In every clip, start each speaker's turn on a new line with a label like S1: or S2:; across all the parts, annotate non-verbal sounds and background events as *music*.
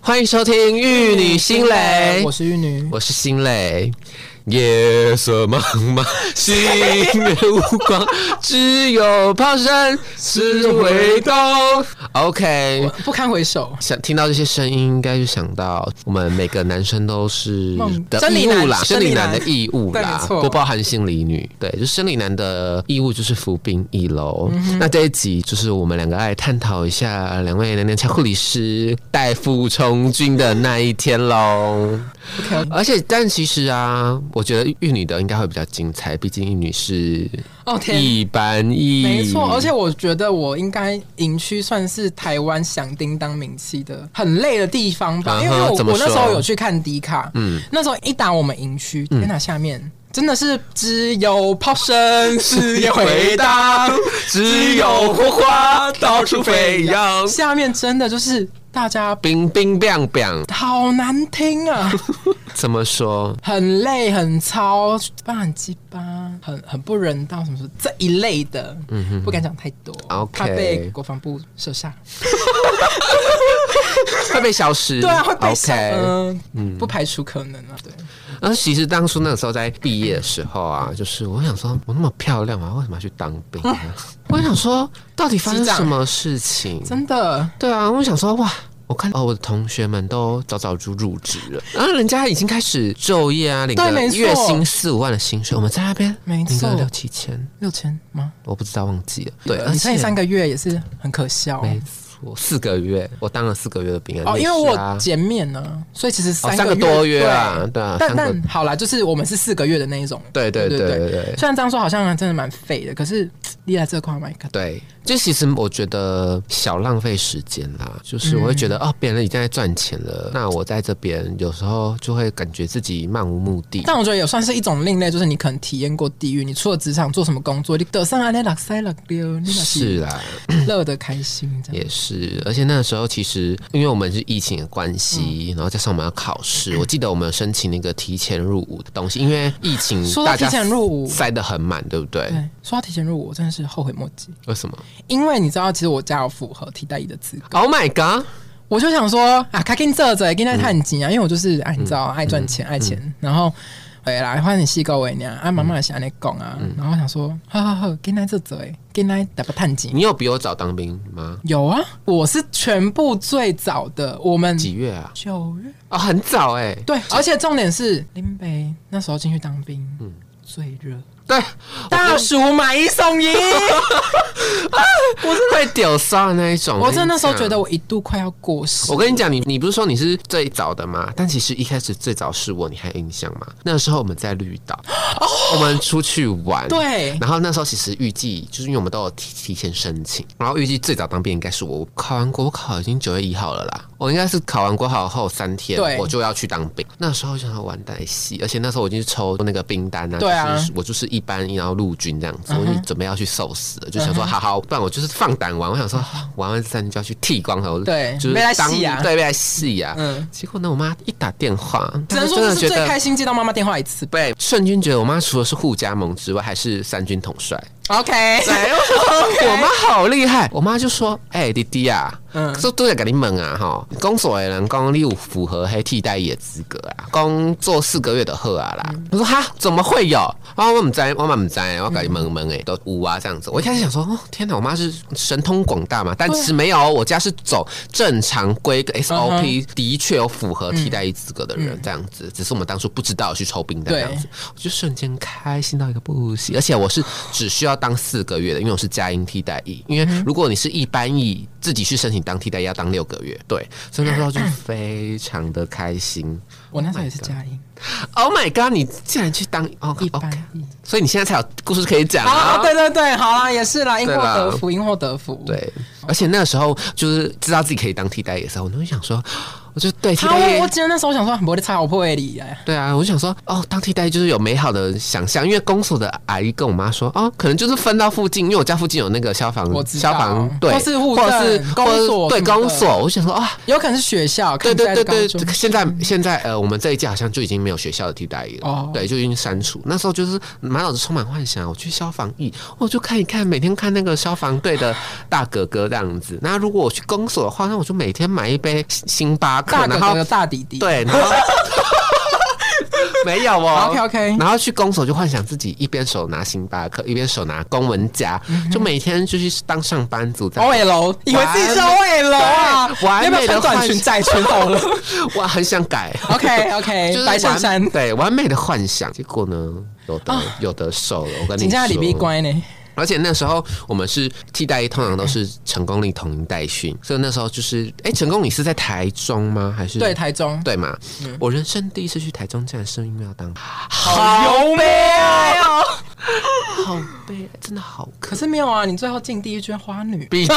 S1: 欢迎收听《玉女心蕾》
S2: 我是玉女，
S1: 我是心蕾。夜色茫茫，星月无光，只有炮声是回荡。OK，
S2: 不堪回首。
S1: 想听到这些声音，应该就想到我们每个男生都是
S2: 梦
S1: 的
S2: 生理
S1: 义务
S2: 男
S1: 啦，
S2: 生
S1: 生
S2: 理
S1: 理男的
S2: 男
S1: 义务
S2: 对没
S1: 啦，
S2: 错
S1: 不包含心理女。对，就生理男的义务就是服兵役喽。
S2: 嗯
S1: 那这一集就是我们两个爱探讨一下两位娘娘腔护理师代父从军的那一天喽。
S2: OK，
S1: 而且，但其实啊，我觉得玉女的应该会比较精彩，毕竟玉女是
S2: 哦天，
S1: 一般一，
S2: 没错。而且我觉得我应该营区算是台湾响叮当名气的很累的地方吧，因为
S1: 嗯哼
S2: 因为我
S1: 怎么
S2: 我那时候
S1: 说
S2: 有去看迪卡，
S1: 嗯
S2: 嗯，那时候一打我们营区，天哪，下面。真的是只有炮声是有回荡，
S1: 只有火花到处飞扬，
S2: 下面真的就是大家
S1: 冰冰冰冰，
S2: 好难听啊，
S1: 怎么说？
S2: 很累、很糙、很鸡巴、很很不人道，什么什么这一类的，不敢讲太多
S1: 嗯 OK
S2: 怕被国防部射杀。
S1: 会被消失？
S2: 对啊，会被杀。
S1: OK。
S2: 嗯、不排除可能啊。对，
S1: 而其实当初那个时候在毕业的时候啊，就是我想说，我那么漂亮啊，为什么要去当兵啊、 *laughs* 我想说，到底发生
S2: 西藏
S1: 什么事情？
S2: 真的
S1: 对啊，我想说哇。我看哦，我的同学们都早早就入职了，然后人家已经开始就业啊，领
S2: 对
S1: 个
S2: 没错
S1: 月薪四五万的薪水，我们在那边
S2: 没
S1: 领
S2: 错
S1: 个六七千，
S2: 六千吗？
S1: 我不知道忘记了。对，而
S2: 呃你
S1: 且
S2: 剩三个月也是很可笑
S1: 没错，四个月，我当了四个月的兵啊。
S2: 哦，
S1: 也
S2: 因
S1: 是
S2: 为
S1: 啊
S2: 我减免呢，所以其实
S1: 哦
S2: 三
S1: 三个
S2: 月
S1: 多月啊，对啊
S2: 对，，
S1: 三
S2: 但
S1: 个
S2: 但好啦，就是我们是四个月的那一种。
S1: 对对对
S2: 对对
S1: 对对
S2: 虽然这样说好像真的蛮废的，可是你来这块，My God，
S1: 对，就其实我觉得小浪费时间啦，就是
S2: 嗯
S1: 我会觉得、哦，别人已经在赚钱了，那我在这边有时候就会感觉自己漫无目的。
S2: 但我觉得也算是一种另类，就是你可能体验过地狱，你除了职场做什么工作，你得上安那拉塞拉丢，你哪
S1: 是啦，
S2: 乐得开心这样。
S1: 也是，而且那个时候其实因为我们是疫情的关系，
S2: 嗯
S1: 然后加上我们要考试，我记得我们有申请那个提前入伍的东西，因为疫情
S2: 说
S1: 嗯大
S2: 到提
S1: 家
S2: 前入伍，
S1: 塞得很满，对不对？
S2: 对，说到提前入伍，我真的是后悔莫及，
S1: 为什么
S2: 因为你知道，其实我家有符合替代役的资格，
S1: ？Oh my god！
S2: 我就想说啊，开跟这这跟他探紧啊，因为我就是哎，你知
S1: 嗯
S2: 道，爱赚钱，爱钱，然后。回来换你细高维呢，啊
S1: 嗯
S2: 妈妈也是安尼讲啊，然后我想说，好好好，跟他这走诶，跟他打不探紧。
S1: 你有比我早当兵吗？
S2: 有啊，我是全部最早的，我们
S1: 几月啊？
S2: 九月
S1: 哦，很早哎、
S2: 对，而且重点是林北那时候进去当兵，嗯，最热，
S1: 对，
S2: 大叔买一
S1: *laughs*
S2: 送一，
S1: 我真的会屌骚的那一种。
S2: 我真的那时候
S1: 跟
S2: 觉
S1: 你
S2: 得
S1: 讲。
S2: 我一度快要过
S1: *laughs*
S2: 世。
S1: 我跟你讲，你你不是说你是最早的吗？但其实一开始最早是我，你还有印象吗？那时候我们在绿岛，
S2: 哦
S1: 我们出去玩，
S2: 对
S1: 然后那时候其实预计，就是因为我们都有提提前申请，然后预计最早当兵应该是我。我考完国考已经九月一号了啦，我应该是考完国考后三天
S2: 对，
S1: 我就要去当兵。那时候就想完蛋戏，而且那时候我已经去抽那个兵单啊，
S2: 对啊嗯
S1: 就是我就是一般然后陆军这样子，我就准备要去受死了，就想说好好，不然我就是放胆玩。我想说啊玩完三天就要去剃光头，
S2: 对
S1: 就是
S2: 没来
S1: 当
S2: 戏啊
S1: 对，没来戏啊。
S2: 嗯，
S1: 结果呢，我妈一打电话，
S2: 只能
S1: 她就是
S2: 说这
S1: 真的觉
S2: 最
S1: 得
S2: 开心接到妈妈电话一次。
S1: 对，瞬间觉得我妈除了是护家盟之外，还是三军统帅。
S2: OK， *laughs*
S1: 对，我妈好厉害，我妈就说：“哎、弟弟啊，
S2: 嗯
S1: 说都在给你问啊，哈，工作的人讲你有符合黑替代役的资格啊，工作四个月的贺啊啦。我说：“哈，怎么会有？”啊，我唔知，我嘛唔知，我给你问问哎，都有啊这样子。我一开始想说：“哦，天哪，我妈是神通广大嘛？”但其实没有，我家是走正常规格 SOP，、的确有符合替代役资格的人这样子，只是我们当初不知道有去抽兵的这
S2: 嗯对
S1: 样子。我就瞬间开心到一个不行，而且我是只需要当四个月的，因为我是佳音替代役。
S2: 嗯
S1: 因为如果你是一般役，自己去申请当替代役要当六个月，对，所以那时候就非常的开
S2: *coughs*
S1: 心。
S2: 我那时候也是
S1: *laughs*
S2: 佳音，
S1: Oh my god！你竟然去当哦
S2: 一
S1: o
S2: 般
S1: k
S2: 一。
S1: 所以你现在才有故事可以讲
S2: 啊，
S1: *laughs* 啊。
S2: 对对对，好啦，也是啦，因祸
S1: 对啦
S2: 得福，因祸得福。，
S1: 对，而且那个时候就是知道自己可以当替代役的时候，我就想说，我就对替
S2: 好，
S1: 代
S2: 我
S1: 役
S2: 我。记得那时候我想说，我的差好破里哎，
S1: 对啊，我就想说，哦，当替代役就是有美好的想象，因为公所的阿姨跟我妈说，哦，可能就是分到附近，因为我家附近有那个消防，
S2: 我知道
S1: 消防队，
S2: 或是户政
S1: 或是
S2: 公
S1: 或
S2: 所
S1: 是
S2: 什么
S1: 对
S2: 的
S1: 公所，我就想说，啊、
S2: 有可能是学校，
S1: 对对对对，
S2: 看起来是高中
S1: 现在现在呃，我们这一届好像就已经没有学校的替代役了，
S2: 哦
S1: 对，就已经删除。那时候就是满脑子充满幻想，我去消防役，我就看一看，每天看那个消防队的大哥哥这样子。那如果我去公所的话，那我就每天买一杯星星巴克，
S2: 大
S1: 然
S2: 哥
S1: 后
S2: 哥有大弟弟，，
S1: 对，然后 *laughs* 没有哦。
S2: OK OK，
S1: 然后去公所就幻想自己一边手拿星巴克，一边手拿公文夹，
S2: 嗯
S1: 就每天就是当上班族这
S2: 哦
S1: 样。
S2: OL，以为自己是 OL 啊
S1: 对，完
S2: 要不
S1: 美
S2: 要
S1: 的
S2: 穿短裙窄
S1: *laughs*
S2: 裙好了
S1: 我很想改，
S2: ？OK
S1: *laughs*
S2: OK，
S1: 就是
S2: 白衬衫
S1: 完，对完美的幻想。结果呢，有的、有的瘦了，我跟你
S2: 请
S1: 说。
S2: 假里边乖呢，
S1: 而且那时候我们是替代役，通常都是成功力统一代训，所以那时候就是，哎、成功你是在台中吗？还是
S2: 对，台中，
S1: 对嘛？我人生第一次去台中，竟然是因为要当，
S2: 好啊优美哦。
S1: 啊好悲，真的好可
S2: 可是没有啊，你最后进第一圈花女，
S1: *laughs* 闭嘴。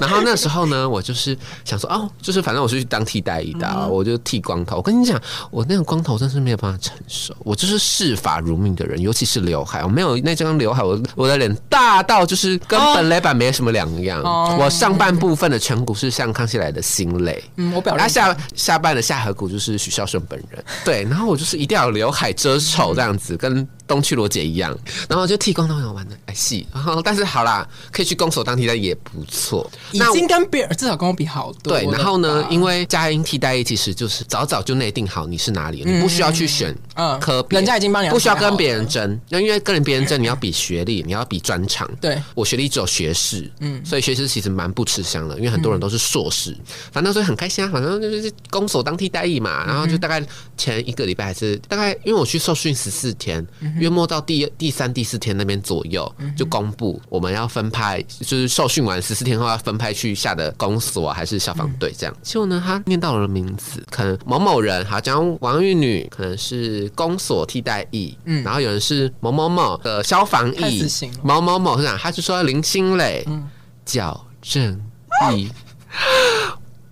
S1: 然后那时候呢，我就是想说，哦，就是反正我是去当替代役的啊、我就剃光头。我跟你讲，我那个光头真是没有办法承受，我就是视法如命的人，尤其是刘海，我没有那张刘海，我我的脸大到就是跟本垒板没什么两样。
S2: 哦
S1: 我上半部分的颧骨是像康熙来的心累。
S2: 嗯，我表
S1: 然后
S2: 示
S1: 下下半的下颌骨就是许孝顺本人，对，然后我就是一定要有刘海遮丑这样子，跟东区罗姐一样，然后就剃光头很好玩的哎戏，然后但是好啦，可以去攻守当替代也不错。
S2: 已
S1: 那我
S2: 经跟别人至少跟我比好多了嗯
S1: 对
S2: 吧。，
S1: 然后呢，因为佳音替代役其实就是早早就内定好你是哪里，你不需要去选
S2: 嗯
S1: 科别，
S2: 人家已经帮你安排
S1: 不需要跟
S2: 好
S1: 别人
S2: 了
S1: 争，那因为跟别人争你要比学历，你要比专长，
S2: 对
S1: 我学历只有学士，嗯，所以学士其实蛮不吃香的，因为很多人都是硕士。反正所以很开心啊，反正就是攻守当替代役嘛。然后就大概前一个礼拜还是大概，因为我去受训十四天，约莫到第第三、第四天那边左右就公布我们要分派，就是受训完十四天后要分派去下的公所啊，还是消防队这样。结果呢，他念到了名字，可能某某人，好像王玉女，可能是公所替代役，嗯，然后有人是某某某的消防
S2: 太
S1: 役
S2: 自信了，
S1: 某某某是哪？他就说林心磊，
S2: 嗯
S1: 矫正
S2: *laughs*
S1: 役。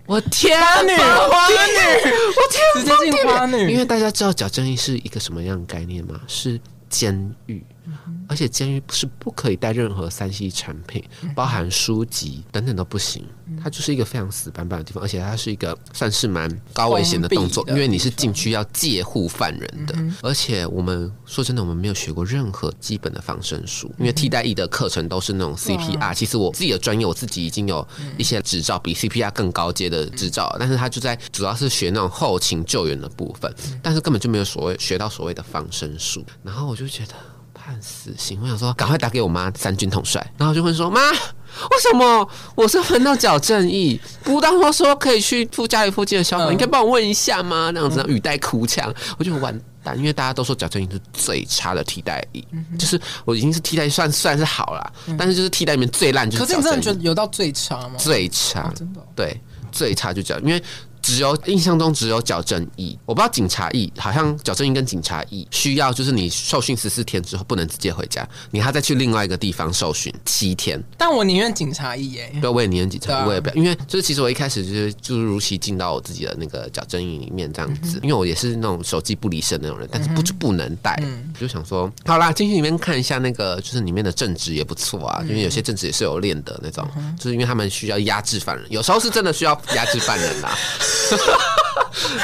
S1: 我天
S2: 花女，
S1: 哪！
S2: 花女，我天，直接进花
S1: 因
S2: 女，
S1: 为大家知道矫正役是一个什么样的概念吗？是监狱，
S2: 嗯
S1: 而且监狱是不可以带任何三 C 产品，
S2: 嗯
S1: 包含书籍等等都不行。它就是一个非常死板板的地方，而且它是一个算是蛮高危险的动作
S2: 封，闭
S1: 因
S2: 的嗯
S1: 为你是禁区要戒护犯人的。而且我们说真的，我们没有学过任何基本的防身术，因为替代役的课程都是那种 CPR。其实我自己的专业，我自己已经有一些执照，比 CPR 更高阶的执照，但是他就在主要是学那种后勤救援的部分，
S2: 嗯
S1: 但是根本就没有所谓学到所谓的防身术。然后我就觉得。判死刑！我想说，赶快打给我妈三军统帅，然后我就问说：“妈，为什么我是分到矫正义？不当初说可以去附家里附近的消防，
S2: 嗯
S1: 你可以帮我问一下吗？”那样子，然后语带哭腔，我就完蛋，因为大家都说矫正义是最差的替代役，
S2: 嗯
S1: 就是我已经是替代役算算是好啦，但是就是替代里面最烂就
S2: 可
S1: 是
S2: 是
S1: 矫
S2: 你
S1: 正
S2: 真的觉
S1: 义
S2: 得有到最差吗？
S1: 最差
S2: 哦，真的哦
S1: 对，最差就这样，因为只有印象中只有矫正役，我不知道警察役，好像矫正役跟警察役需要就是你受训十四天之后不能直接回家，你还要再去另外一个地方受训七天。
S2: 但我宁愿警察一耶，
S1: 对，我也年纪
S2: 对
S1: 差，
S2: 啊
S1: 我也不要，因为就是其实我一开始就是就是如期进到我自己的那个矫正营里面这样
S2: 嗯
S1: 子，因为我也是那种手机不离身的那种人，但是不就不能带，
S2: 嗯
S1: 我就想说好啦，进去里面看一下那个就是里面的正职也不错
S2: 嗯
S1: 啊，因为有些正职也是有练的那种，就是因为他们需要压制犯人，有时候是真的需要压制犯人啦。
S2: *laughs*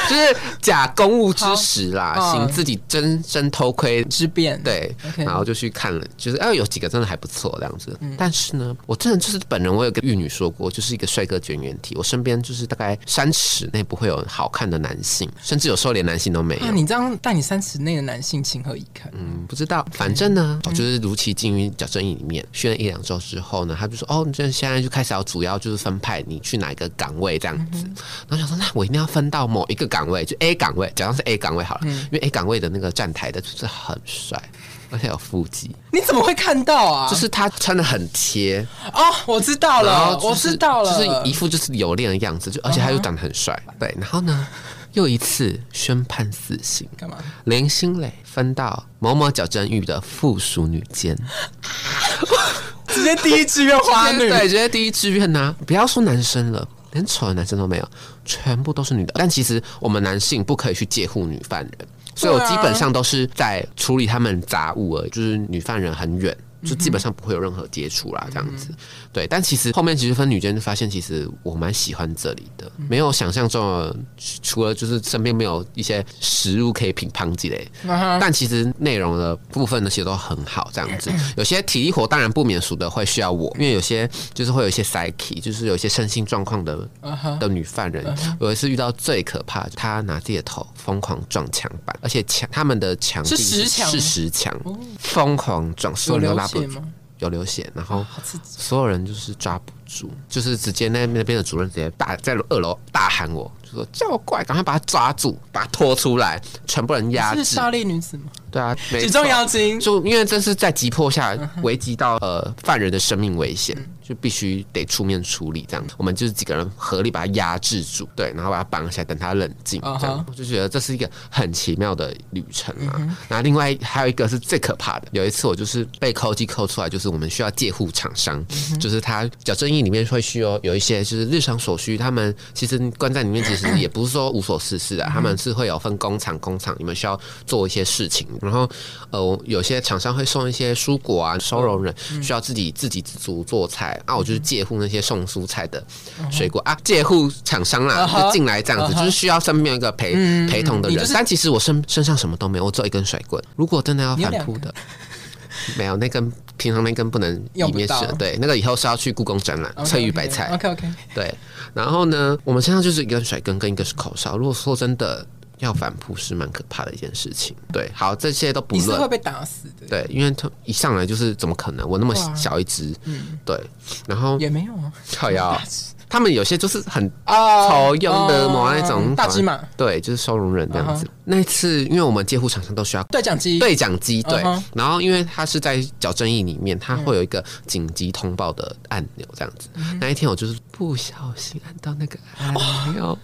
S1: 就是假公务之实啦，
S2: 好
S1: 行
S2: 嗯
S1: 自己真真偷窥
S2: 之变，
S1: 对
S2: OK
S1: 然后就去看了，就是哎、有几个真的还不错这样子。但是呢，我真的就是本人，我有跟玉女说过，就是一个帅哥绝缘体，我身边就是大概三尺内不会有好看的男性，甚至有时候连男性都没有。
S2: 啊，你这样带你三尺内的男性情何以堪？
S1: 嗯，不知道，反正呢，我就是如期进入矫正营里面训练一两周之后呢，他就说，哦，你这现在就开始要主要就是分派你去哪一个岗位这样子。然后想说，那我一定要分到某一个岗位，就 A 岗位，假装是 A 岗位好了，因为 A 岗位的那个站台的就是很帅，而且有腹肌，
S2: 你怎么会看到啊？
S1: 就是他穿的很贴，
S2: 哦，我知道
S1: 然后
S2: 了，
S1: 就是
S2: 我知道了，啊
S1: 就是一副就是有练的样子，就而且他又长得很帅，对，然后呢，又一次宣判死刑。
S2: 干嘛？
S1: 林心蕾分到某某矫正狱的附属女监，
S2: 直接第一志愿花女，
S1: 对，直接第一志愿呐、不要说男生了，连丑的男生都没有，全部都是女的。但其实我们男性不可以去介护女犯人，所以我
S2: 对啊嗯
S1: 基本上都是在处理他们杂物而已，就是女犯人很远。就基本上不会有任何接触啦，这样子。对，但其实后面其实分女间发现，其实我蛮喜欢这里的，没有想象中的，除了就是身边没有一些食物可以品尝之类，
S2: 啊哈
S1: 但其实内容的部分呢，其实都很好，这样子。
S2: 嗯
S1: 有些体力活当然不免俗的会需要我，因为有些就是会有一些 psyche，就是有一些身心状况的
S2: 啊哈，
S1: 的女犯人，
S2: 嗯
S1: 有一次遇到最可怕的，她拿自己的头疯狂撞墙板，而且墙他们的墙壁
S2: 是石墙哦
S1: 是石墙，疯狂撞，所
S2: 有
S1: 有人都
S2: 流
S1: 拉不
S2: 血
S1: 住，
S2: 吗？
S1: 有流血，然后
S2: 好刺激！
S1: 所有人就是抓不住，就是直接那那边的主任直接大在二楼大喊我，就说叫我过来，赶快把他抓住，把他拖出来，全部人压
S2: 是
S1: 制，
S2: 沙粒女子吗？
S1: 对啊，没
S2: 举重
S1: 错 *laughs*
S2: 妖精，
S1: 就因为这是在急迫下危及到呃犯人的生命危险，就必须得出面处理这样。我们就是几个人合力把他压制住，对，然后把他绑起来，等他冷静。
S2: 啊哈嗯
S1: 这样我就觉得这是一个很奇妙的旅程啊。然后另外还有一个是最可怕的，有一次我就是被扣机扣出来，就是我们需要借护厂商，
S2: 嗯
S1: 就是他矫正医里面会需要有一些就是日常所需，他们其实关在里面其实也不是说无所事事
S2: 嗯
S1: 啊，他们是会有分工厂，工厂你们需要做一些事情，然后呃我有些厂商会送一些蔬果啊，收容人
S2: 嗯
S1: 需要自己自给自足做菜啊，我就是借护那些送蔬菜的水果啊，借护厂商啦
S2: 嗯啊哈
S1: 就进来这样子，
S2: 啊哈
S1: 就是需要身边有一个陪
S2: 嗯
S1: 陪同的
S2: 你
S1: 人
S2: 就，是
S1: 但其实我身身上什么都没有，我只有一根甩棍，如果真的要
S2: 你有
S1: 反
S2: 两
S1: 扑
S2: 根
S1: 的。没有那根平常那根不能
S2: 用
S1: 里
S2: 不
S1: 面
S2: 到
S1: 是，对，那个以后是要去故宫展览，翠玉白菜，
S2: OK OK，
S1: 对。然后呢，我们身上就是一根甩根跟一个是口哨。如果说真的要反扑，是蛮可怕的一件事情。对，好，这些都不
S2: 你是会
S1: 论。
S2: 被打死的，
S1: 对，因为他一上来就是怎么可能？我那么
S2: 对啊
S1: 小一只，对。然
S2: *laughs*
S1: 后
S2: 也没有啊，
S1: 靠腰
S2: 大，只
S1: 他们有些就是很
S2: 啊
S1: 头用的某那种
S2: 大芝麻啊
S1: 对，就是收容人这样子。那一次，因为我们介护厂商都需要
S2: 对讲机，
S1: 对讲机对
S2: 嗯哼
S1: 然后因为它是在矫正义里面，它会有一个紧急通报的按钮，这样子。
S2: 嗯
S1: 那一天我就是不小心按到那个按钮，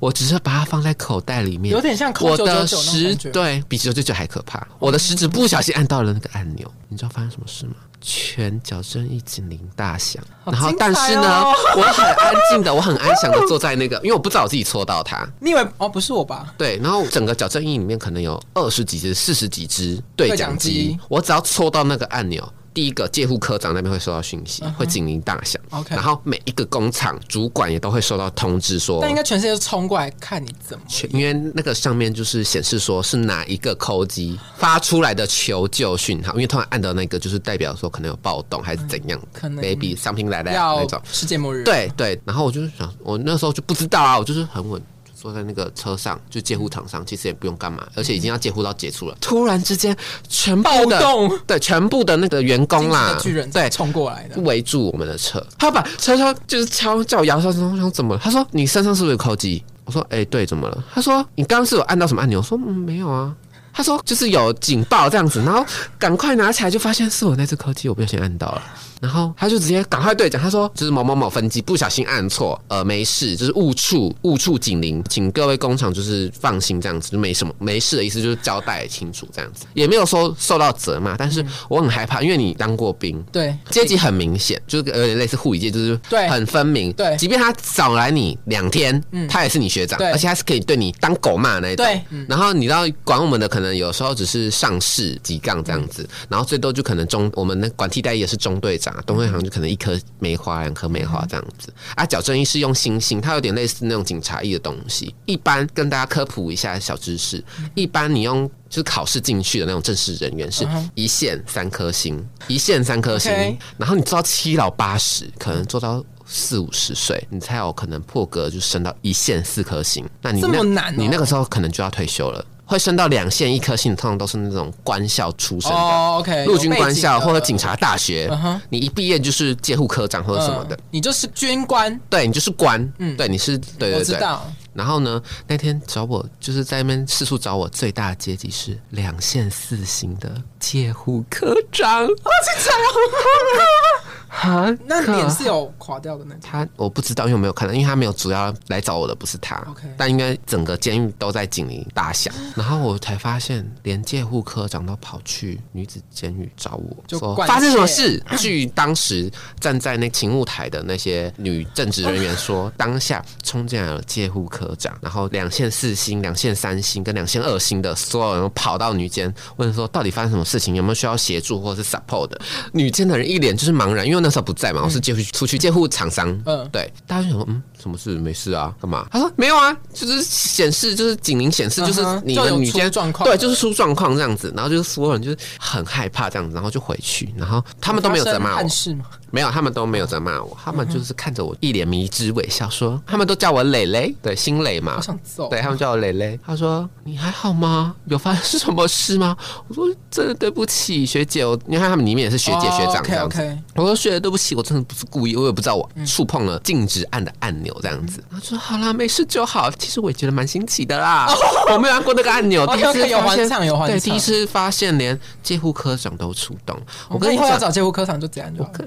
S1: 我只是把它放在口袋里面，
S2: 有点像扣
S1: 我
S2: 九
S1: 的
S2: 九九那种
S1: 食
S2: 感觉。哦
S1: 对比九九九还可怕，我的食指不小心按到了那个按钮，你知道发生什么事吗？全矫正义警铃大响，
S2: 好
S1: 然后
S2: 精彩
S1: 但是呢
S2: 哦，
S1: 我很安静的，我很安详的坐在那个，因为我不知道我自己戳到它，
S2: 你以为哦不是我吧？
S1: 对，然后整个矫正仪里面可能有二十几只、四十几只对讲机
S2: 对讲机，
S1: 我只要戳到那个按钮。第一个介护科长那边会收到讯息，会警铃大响。
S2: 嗯 OK
S1: 然后每一个工厂主管也都会收到通知说
S2: 但，应该全世界都冲过来看你怎么。
S1: 全因为那个上面就是显示说是哪一个扣机发出来的求救讯号，因为通常按到那个就是代表说可能有暴动还是怎样，
S2: 嗯可能
S1: maybe something like that 那
S2: 要
S1: 种。
S2: 世界末日，，
S1: 对对，然后我就是想，我那时候就不知道啊，我就是很稳，就坐在那个车上，就借护厂商，其实也不用干嘛，而且已经要借护到结束了。突然之间，全
S2: 暴
S1: 部的
S2: 动，
S1: 对全部的那个员工啊啦
S2: 的，巨人
S1: 对。
S2: 冲过来的，
S1: 围住我们的车，他把车窗就是敲叫我摇上车窗，我想怎么了？他说你身上是不是有扣机？我说哎、对，怎么了？他说你刚刚是有按到什么按钮？我说嗯没有啊。他说就是有警报这样子，然后赶快拿起来就发现是我那只扣机，我不小心按到了。然后他就直接赶快对讲，他说就是某某某分机不小心按错，呃，没事，就是误触误触警铃，请各位工厂就是放心这样子，就没什么没事的意思，就是交代清楚这样子，也没有说受到责骂，但是我很害怕，因为你当过兵，
S2: 对，
S1: 阶级很明显，就是有点类似护理界，就是
S2: 对
S1: 很分明。
S2: 对嗯
S1: 即便他少来你两天，他也是你学长，
S2: 对
S1: 而且他是可以对你当狗骂的那一种。
S2: 对
S1: 然后你知道管我们的可能有时候只是上士几杠这样子，然后最多就可能中我们那管替代役也是中队长，中队长就可能一颗梅花、两颗梅花这样子。啊，矫正医是用星星，它有点类似那种警察役的东西。一般跟大家科普一下小知识，
S2: 嗯
S1: 一般你用。就是考试进去的那种正式人员是一线三颗星，一线三颗星
S2: OK
S1: 然后你做到七老八十，可能做到四五十岁，你才有可能破格就升到一线四颗星。那你那
S2: 这么难哦
S1: 你那个时候可能就要退休了。会升到两线一颗星，通常都是那种官校出身的。
S2: 哦，OK，
S1: 陆军官校或者警
S2: 察
S1: 察大学
S2: 嗯哼嗯
S1: 你一毕业就是戒护科长或者什么的，
S2: 你就是军官，
S1: 对你就是官，对你是对
S2: 嗯我
S1: 对
S2: 知
S1: 对。
S2: 道，
S1: 然后呢，那天找我就是在那边四处找我，最大的阶级是两
S2: *laughs* 啊
S1: 线四星的戒护科长，好紧张 *laughs* 哈，
S2: 那
S1: 可
S2: 脸是有垮掉的那种。
S1: 他我不知道，因为我没有看到，因为他没有主要来找我的不是他
S2: OK
S1: 但应该整个监狱都在警铃大响。然后我才发现，连介护科长都跑去女子监狱找我，
S2: 就
S1: 说
S2: 关
S1: 发生什么
S2: 切
S1: 事。据当时站在那勤务台的那些女正职人员说，当下冲进来了介护科长，然后两线四星、两线三星跟两线二星的所有人都跑到女监，问说到底发生什么事情，有没有需要协助或是 support 的。女监的人一脸就是茫然，因为那时候不在嘛，我是接出去接护厂商，
S2: 嗯
S1: 嗯，对，大家就想说，嗯，什么事？没事啊，干嘛？他说没有啊，就是显示，就是警铃显示，就是
S2: 嗯哼
S1: 你
S2: 就
S1: 们
S2: 有
S1: 女监
S2: 出状况
S1: 对，
S2: 了
S1: 就是出状况这样子，然后就是所有人就是很害怕这样子，然后就回去，然后他们都没有责骂我啊
S2: 暗，示吗？
S1: 没有，他们都没有责骂我，他们就是看着我一脸迷之微笑，说他们都叫我磊磊，对，新磊嘛
S2: 我，想揍。
S1: 对他们叫我蕾蕾，他说你还好吗？有发生什么事吗？我说真的对不起，学姐，我你看他们里面也是学姐、学长这样子。
S2: 哦 OK OK，
S1: 我说学姐对不起，我真的不是故意，我也不知道我触碰了禁止按的按钮这样子。
S2: 嗯
S1: 他说好啦，没事就好。其实我也觉得蛮新奇的啦，我没有按过那个按
S2: *laughs*
S1: 钮，第一
S2: 哦 OK，OK，
S1: 次
S2: 有
S1: 发
S2: 还
S1: 现
S2: 唱有还
S1: 对，
S2: 唱
S1: 第一次发现连介护科长都触动。我
S2: 我
S1: 跟
S2: 跟
S1: 你
S2: 以哦后要
S1: 讲，
S2: 找街户科长就这样就好了。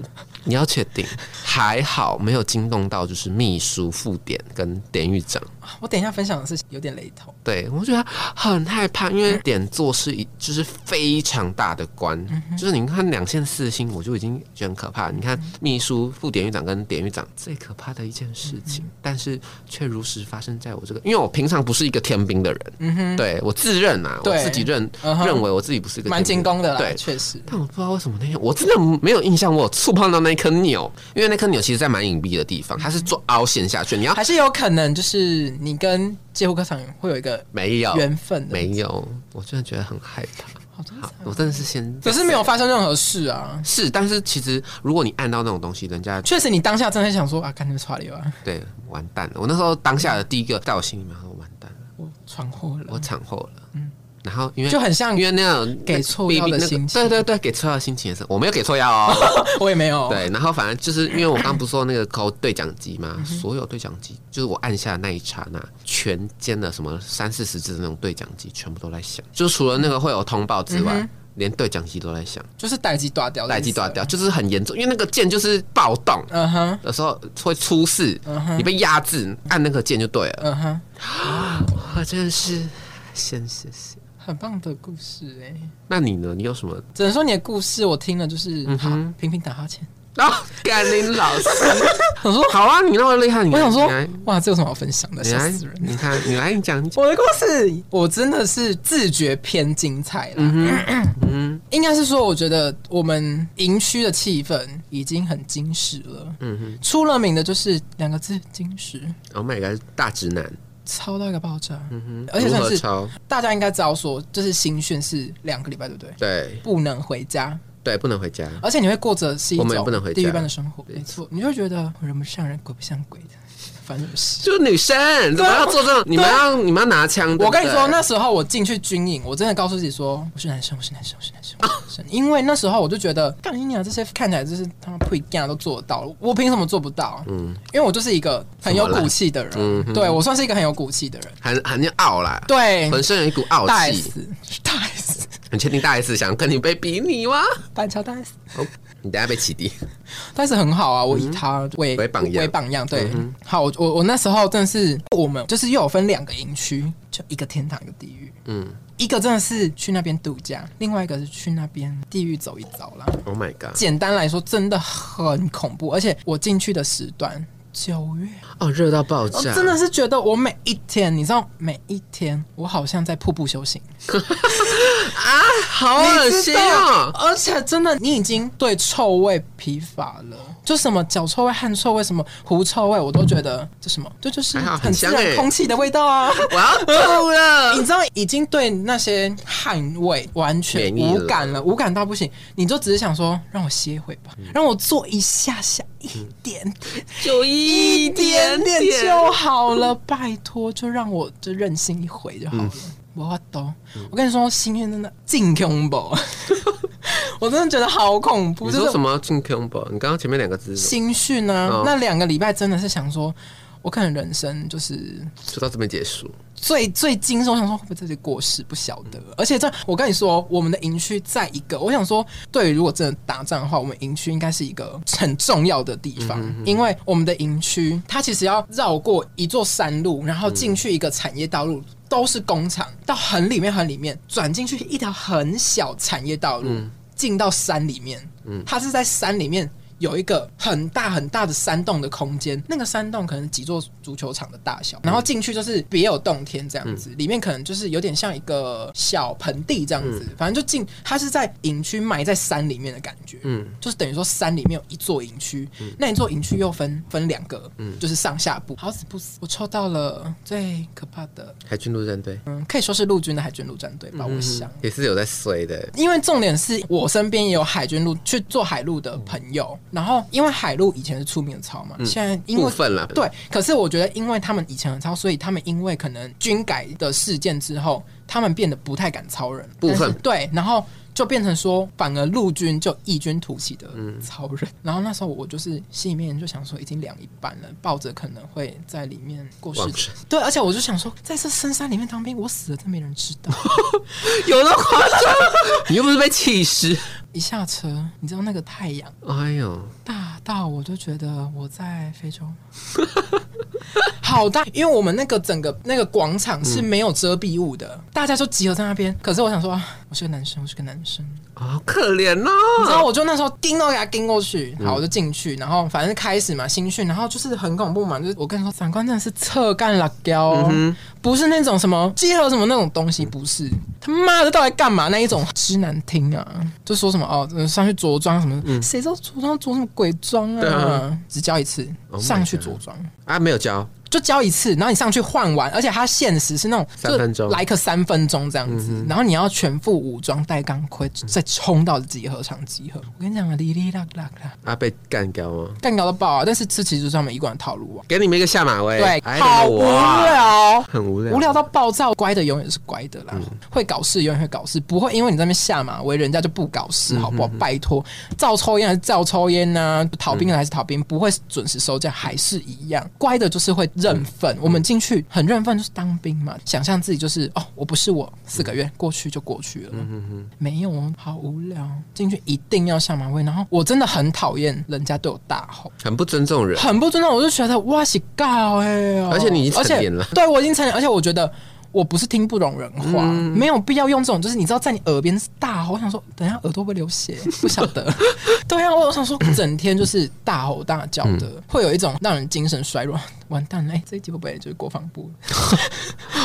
S1: 你要确定，还好没有惊动到就是秘书、副典跟典狱长。
S2: 啊我等一下分享的事情有点雷同，
S1: 对，我觉得很害怕，因
S2: 嗯
S1: 为点座是一就是非常大的关，就是你看两线四星，我就已经觉得很可怕。你看秘书、副典狱长跟典狱长最可怕的一件事情，
S2: 嗯
S1: 但是却如实发生在我这个，因为我平常不是一个天兵的人，对我自认啊，我
S2: 嗯对
S1: 自己认、
S2: 嗯哼
S1: 认为我自己不是一个
S2: 蛮
S1: 天
S2: 精
S1: 兵
S2: 工的啦，
S1: 对。
S2: 确实。
S1: 但我不知道为什么那天我真的没有印象，我有触碰到那一颗钮，因为那颗钮其实在蛮隐蔽的地方，它是做凹陷下去，你要
S2: 还是有可能，就是你跟街户科长会有一个
S1: 没有
S2: 缘分的，
S1: 没有，我真的觉得很害怕。
S2: 好真
S1: 好
S2: 惨，
S1: 我真的是先，
S2: 可是没有发生任何事啊。
S1: 是，但是其实如果你按到那种东西，人家
S2: 确实，你当下真的想说啊，看你耍流啊，
S1: 对完蛋了。我那时候当下的第一个在我心里面，我完蛋了，
S2: 我闯祸了
S1: 我，产后了。嗯，然后因为
S2: 就很
S1: *laughs*
S2: 像
S1: 因为那种
S2: 给错药的心情
S1: 那个对对对，给错药的心情也是，我没有给错药哦。
S2: 我也没有。
S1: 对，然后反正就是因为我刚不是说那个抠对讲机嘛，所有对讲机就是我按下的那一刹那，全间的什么三四十只的那种对讲机全部都在响，就是除了那个会有通报之
S2: 嗯
S1: 外，连对讲机都在响，
S2: 就是待机断掉，
S1: 待机断掉，。就是很严重，因为那个键就是暴动。
S2: 嗯哼，
S1: 有时候会出事，你被压制，按那个键就对了。
S2: 嗯哼，
S1: 我真的是先谢谢。
S2: 很棒的故事哎、
S1: 那你呢？你有什么？
S2: 只能说你的故事我听了就是、
S1: 嗯
S2: 好，频频打哈欠。
S1: 啊，甘霖老
S2: *laughs*
S1: 师，
S2: 我说，
S1: 好啊，你那么厉害，你
S2: 我
S1: 来
S2: 想说
S1: 你来，
S2: 哇，这有什么好分享的？
S1: 你
S2: 吓
S1: 来
S2: 死人，！
S1: 你看，你来，你讲，你讲。
S2: 我的故事，我真的是自觉偏精彩了。
S1: 嗯
S2: *clears throat* 应该是说，我觉得我们营区的气氛已经很金石了。嗯哼，出了名的就是两个字：金石，
S1: Oh my god，大直男，
S2: 超到一个爆炸。嗯哼，而且
S1: 如
S2: 算
S1: 何
S2: 是
S1: 超？
S2: 大家应该知道说，就是新训是两个礼拜，对不对？
S1: 对
S2: 不能回家，
S1: 对，不能回家。
S2: 而且你会过着是一
S1: 我们也
S2: 种
S1: 不能回家
S2: 地狱般的生活。没错，你就会觉得人不像人，鬼不像鬼的，反正就是。
S1: 就是女生怎么要做这种？你们要你们要拿枪？对
S2: 我
S1: 不对
S2: 跟你说，那时候我进去军营，我真的告诉自己说，我是男生，我是男生，我是男生，我是
S1: 啊
S2: 男生。因为那时候我就觉得，干你娘，这些看起来就是他们配干都做得到，我凭什么做不到？嗯，因为我就是一个很有骨气的人，
S1: 嗯
S2: 对我算是一个很有骨气的人，
S1: 含含那傲啦，
S2: 对，
S1: 浑身有一股傲
S2: 大
S1: 气。
S2: S，大 S，
S1: 你确定大 S 想跟你被比拟吗？
S2: 板桥大 S，
S1: 哦，你等下被起底。
S2: 但是很好啊，我以他为
S1: 嗯为榜样嗯
S2: 为榜样。对，好，我我我那时候真的是我们就是又有分两个营区，就一个天堂，一个地狱。嗯
S1: 嗯，
S2: 一个真的是去那边度假，另外一个是去那边地狱走一遭啦。
S1: Oh my god！
S2: 简单来说，真的很恐怖，而且我进去的时段九月，
S1: 哦，热到爆
S2: 我
S1: 炸！
S2: 真的是觉得我每一天，你知道，每一天我好像在瀑布修行。
S1: 啊好
S2: 你
S1: 恶
S2: 知
S1: 心
S2: 道，
S1: 哦！
S2: 而且真的，你已经对臭味疲乏了，就什么脚臭味、汗臭味、什么狐臭味，我都觉得这什么，这就是
S1: 还好
S2: 很自
S1: 很香
S2: 然
S1: 欸
S2: 空气的味道啊。
S1: 我要吐
S2: 你
S1: 了！
S2: 知道，已经对那些汗味完全
S1: 免疫
S2: 无
S1: 了嗯
S2: 感了，无感到不行。你就只是想说，让我歇会吧，让我坐一下下，一点
S1: 就
S2: 一
S1: 一
S2: 点点就好了，拜托，就让我就任性一回就好了。
S1: 嗯
S2: 我懂，我跟你说，心愿真的劲恐怖， *laughs* 我真的觉得好恐怖。
S1: 你
S2: 就
S1: 说
S2: 是
S1: 什么进 combo？你刚刚前面两个字是什么
S2: 心绪呢
S1: 哦？
S2: 那两个礼拜真的是想说，我可能人生就是
S1: 就到这边结束。
S2: 最最惊悚，我想说会不会这里过世不晓得。而且这我跟你说，哦我们的营区在一个，我想说，对于如果真的打仗的话，我们营区应该是一个很重要的地方，因为我们的营区它其实要绕过一座山路，然后进去一个产业道路。都是工厂，到很里面很里面，转进去一条很小产业道路，
S1: 嗯
S2: 进、到山里面。它是在山里面有一个很大很大的山洞的空间，那个山洞可能几座足球场的大小，然后进去就是别有洞天这样子，里面可能就是有点像一个小盆地这样子，反正就进，它是在营区埋在山里面的感觉，嗯，就是等于说山里面有一座营区，那一座营区又分分两个，嗯，就是上下部。好死不死，我抽到了最可怕的，
S1: 海军陆战队嗯
S2: 嗯，可以说是陆军的海军陆战队吧，我想。
S1: 也是有在衰的，
S2: 因为重点是我身边也有海军路去做海路的朋友，然后因为海路以前是出名的超嘛，现在因
S1: 嗯
S2: 为
S1: 部分啦
S2: 对，可是我觉得因为他们以前很超，所以他们因为可能军改的事件之后，他们变得不太敢超人，
S1: 部分
S2: 但是对，然后。就变成说，反而陆军就异军突起的超人。
S1: 嗯
S2: 然后那时候我就是心里面就想说，已经凉一半了，抱着可能会在里面过世
S1: 往
S2: 的
S1: 生。
S2: 对，而且我就想说，在这深山里面当兵，我死了真没人知道。
S1: 有那么夸张？ *laughs* 你又不是被气死？
S2: 一下车，你知道那个太阳
S1: 哎呦，
S2: 大到我就觉得我在非洲， *laughs* 好大，因为我们那个整个那个广场是没有遮蔽物的，大家就集合在那边。可是我想说，啊我是个男生，我是个男生，
S1: 好可怜
S2: 你知
S1: 哦！
S2: 道，我就那时候盯都给他盯过去，
S1: 嗯
S2: 好，我就进去，然后反正开始嘛，新训，然后就是很恐怖嘛，就是我跟你说，长官真的是侧干辣椒、哦，
S1: 嗯
S2: 不是那种什么结合什么那种东西，不是他妈的到底干嘛那一种直男听啊，就说什么哦，呃上去着装什么，谁知道着装着什么鬼装
S1: 嗯对
S2: 啊？
S1: 啊
S2: 只教一次
S1: Oh my
S2: 上去
S1: God
S2: 着装。
S1: 啊，没有教，
S2: 就教一次，然后你上去换完，而且它限时是那种
S1: 三分钟嗯
S2: 就来个三分钟这样子，然后你要全副武装戴钢盔，再冲到集合场集合。我跟你讲啊，哩哩啦啦啦，
S1: 啊，被干掉哦。
S2: 干搞到爆啊！但是这其实就是他们一贯的套路啊，
S1: 给你们一个下马威，
S2: 对，
S1: 哎
S2: 好无
S1: 我啊
S2: 聊。哦
S1: 很无聊，
S2: 无聊到爆炸，乖的永远是乖的啦，会搞事永远会搞事，不会因为你在那边下马威，人家就不搞事，好不好？拜托，照抽烟还是照抽烟呐、逃兵的还是逃兵，不会准时收假还是一样，乖的就是会认份。我们进去很认份，就是当兵嘛，想象自己就是哦，我不是我，四个月过去就过去了，没有哦，好无聊，进去一定要下马威，然后我真的很讨厌人家对我大吼。
S1: 很不尊重人。
S2: 很不尊重，我就觉得哇是尬哎、
S1: 而且你已经成年了
S2: 而且对我已经成年，而且我觉得。我不是听不懂人话，
S1: 嗯
S2: 没有必要用这种，就是你知道在你耳边大吼，我想说，等一下耳朵会不会流血？不晓
S1: *laughs*
S2: 得。对啊，我想说，整天就是大吼大叫的，
S1: 嗯
S2: 会有一种让人精神衰弱。完蛋了，哎、这一集会不会就是国防部？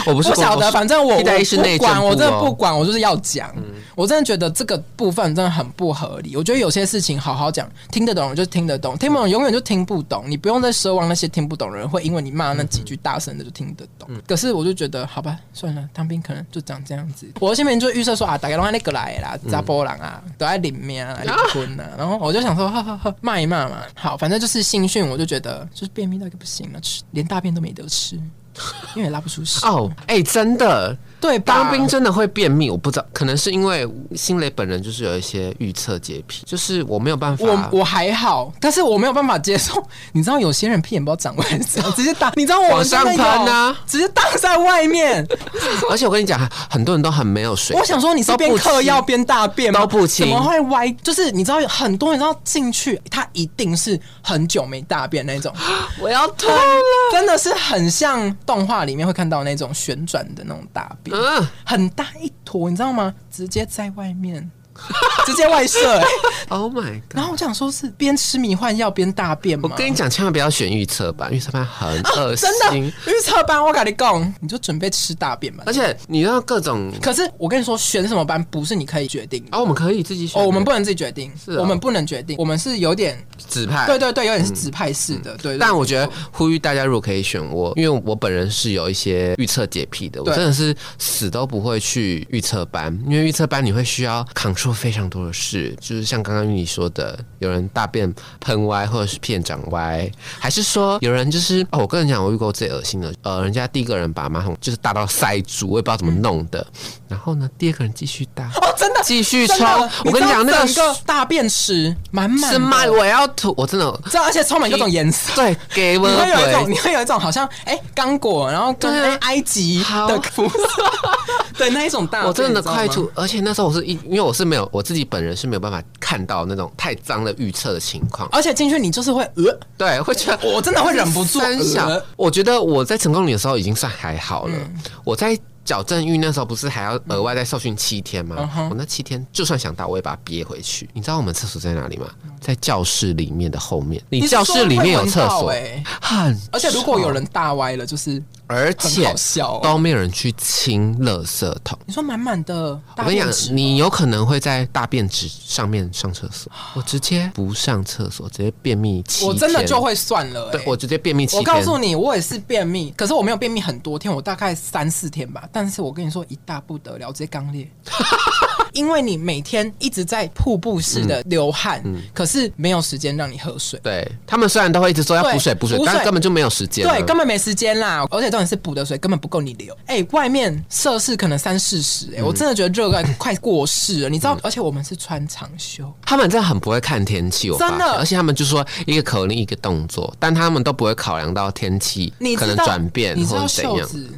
S1: 我不是
S2: 不晓
S1: 我
S2: 得，反正我
S1: 替代役是
S2: 我
S1: 内
S2: 不
S1: 政
S2: 管，
S1: 部
S2: 我真的
S1: 哦嗯
S2: 不管，我就是要讲。我真的觉得这个部分真的很不合理。我觉得有些事情好好讲，听得懂就听得
S1: 嗯
S2: 懂，听不懂永远就听不懂。你不用再奢望那些听不懂的人会因为你骂那几句大声的就听得懂。
S1: 嗯
S2: 可是我就觉得，好吧，算了，当兵可能就长这样子。我心里面就预设说啊，大概拢那个来的啦，
S1: 嗯
S2: 查波人啊，都在里面啊，离婚
S1: *laughs*
S2: 啊。然后我就想说，呵呵呵，骂一骂嘛。好，反正就是新训，我就觉得就是便秘到一个不行了，吃连大便都没得吃，因为也拉不出屎。
S1: *laughs* 哦，哎、真的，
S2: 对啊吧，
S1: 当兵真的会便秘，我不知道，可能是因为新蕾本人就是有一些预测洁癖，就是我没有办法。 *laughs*
S2: 我我还好，但是我没有办法接受。你知道有些人屁眼不知道长歪
S1: *laughs*
S2: 怎样，直接打，你知道我
S1: 往
S2: 们
S1: 上
S2: 真的有
S1: 喷啊
S2: 直接荡在外
S1: *laughs*
S2: 面。
S1: 而且我跟你讲，很多人都很没有水，
S2: 我想说你是
S1: 都不
S2: 边嗑
S1: 吃
S2: 药边大便吗
S1: 都不清
S2: 怎么会歪？就是你知道有很多人知道进去，他一定是很久没大便那
S1: *gasps*
S2: 种，
S1: 我要吐了。
S2: 真的是很像动画里面会看到那种旋转的那种大便，
S1: 嗯，
S2: 很大一坨，你知道吗？直接在外
S1: *laughs*
S2: 面，直接外射、欸
S1: Oh my
S2: 然
S1: god！
S2: 后我想说是边吃迷幻药边大便
S1: 我
S2: 吗？
S1: 跟你讲，千万不要选预测版，预测版很恶心
S2: 啊真，的预测班，我跟你讲，你就准备吃大便吧
S1: 而。且你要各种
S2: 可是我跟你说，选什么班不是你可以决定的
S1: 啊，我们可以自己选
S2: 哦，
S1: 的，
S2: 我们不能自己决定，
S1: 是啊
S2: 我们不能决定，我们是有点，
S1: 指派，
S2: 对对对，有点是指派式的，对对。
S1: 嗯但我觉得呼吁大家，如果可以选我，因为我本人是有一些预测洁癖的，我
S2: 对
S1: 真的是死都不会去预测班，因为预测班你会需要 control 做非常多的事，就是像刚刚你说的，有人大便喷歪，或者是片长歪，还是说有人就是哦，我跟你讲，我遇过最恶心的，呃，人家第一个人把马桶就是大到塞住，我也不知道怎么弄的，然后呢，第二个人继续大，
S2: 哦，真的
S1: 继续
S2: 嗯真
S1: 冲
S2: 的，
S1: 我跟你讲，那
S2: 知道
S1: 个
S2: 整个大便池满满
S1: 是
S2: 的
S1: 卖，我要吐，我真的
S2: 知道，而且充满各种颜色。
S1: 对给 *laughs* 我
S2: 你会有一种，
S1: 回
S2: 你会有一种好像哎，刚果，然后跟
S1: 对啊
S2: 哎埃及
S1: 好
S2: 的肤色，对那一种大便，
S1: 我真的
S2: 你知道吗
S1: 快吐，而且那时候我是一，因为我是没有我自己本人是没有办法看到那种太脏的预测的情况，
S2: 而且进去你就是会呃，
S1: 对，会觉得 *laughs*
S2: 我真的会忍不住
S1: 三小
S2: 呃。嗯
S1: 我觉得我在成功里的时候已经算还好了，我在。矫正狱那时候不是还要额外再受训七天吗？
S2: 嗯哼
S1: 我那七天就算想打，我也把它憋回去。你知道我们厕所在哪里吗？在教室里面的后面。你
S2: 嗯你
S1: 教室里面有厕所，
S2: 哎，
S1: 很
S2: 而且如果有
S1: 臭
S2: 人大歪了，就是
S1: 而
S2: 很
S1: 且
S2: 好笑哦。
S1: 都没有人去清垃圾桶。
S2: 你说满满的
S1: 我
S2: 大
S1: 跟你
S2: 便
S1: 讲，
S2: 池，
S1: 你有可能会在大便纸上面上厕所。我直接不上厕所，直接便秘七天。
S2: 我真的就，会算了。哎
S1: 对我直接便秘七
S2: 我
S1: 天。
S2: 告诉你，我也是便秘，可是我没有便秘很多天，我大概三四天吧。但是我跟你说，一大不得了，直接肛
S1: *laughs*
S2: 裂。因为你每天一直在瀑布式的
S1: 嗯
S2: 流汗，可是没有时间让你喝水，
S1: 对他们虽然都会一直说要
S2: 对
S1: 补水补水
S2: 补，水
S1: 但根本就没有时间啊。
S2: 对，根本没时间啦。而且重点是补的水根本不够你流。哎、外面摄氏可能三四十，
S1: 嗯
S2: 哎，我真的觉得热到快过世了，你知道？而且我们是穿长袖，
S1: 他们真的很不会看天气，我发现
S2: 真的
S1: 而且他们就说一个口令一个动作，但他们都不会考量到天气
S2: 你
S1: 可
S2: 知
S1: 能
S2: 道
S1: 转变
S2: 你知
S1: 或
S2: 道
S1: 者怎
S2: 袖
S1: 样。
S2: 子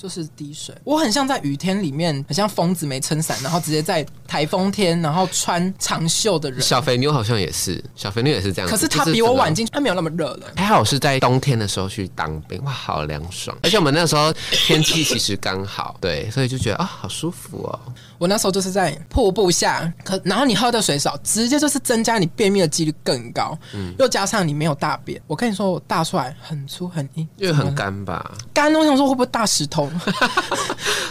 S2: 就是滴水，我很像在雨天里面，很像疯子没撑伞，然后直接在台风天，然后穿长袖的人。
S1: 小肥妞好像也是，小肥妞也是这样子。
S2: 可是他
S1: 就
S2: 比我
S1: 整个
S2: 晚进，他没有那么热了。
S1: 还好我是在冬天的时候去当兵，哇，好凉爽！而且我们那时候天气其实刚好，对，所以就觉得啊、好舒服哦。
S2: 我那时候就是在瀑布下，可然后你喝的水少，直接就是增加你便秘的几率更高。
S1: 嗯
S2: 又加上你没有大便，我跟你说，我大出来很粗很硬，
S1: 因为很干吧，
S2: 干。我想说会不会大石头？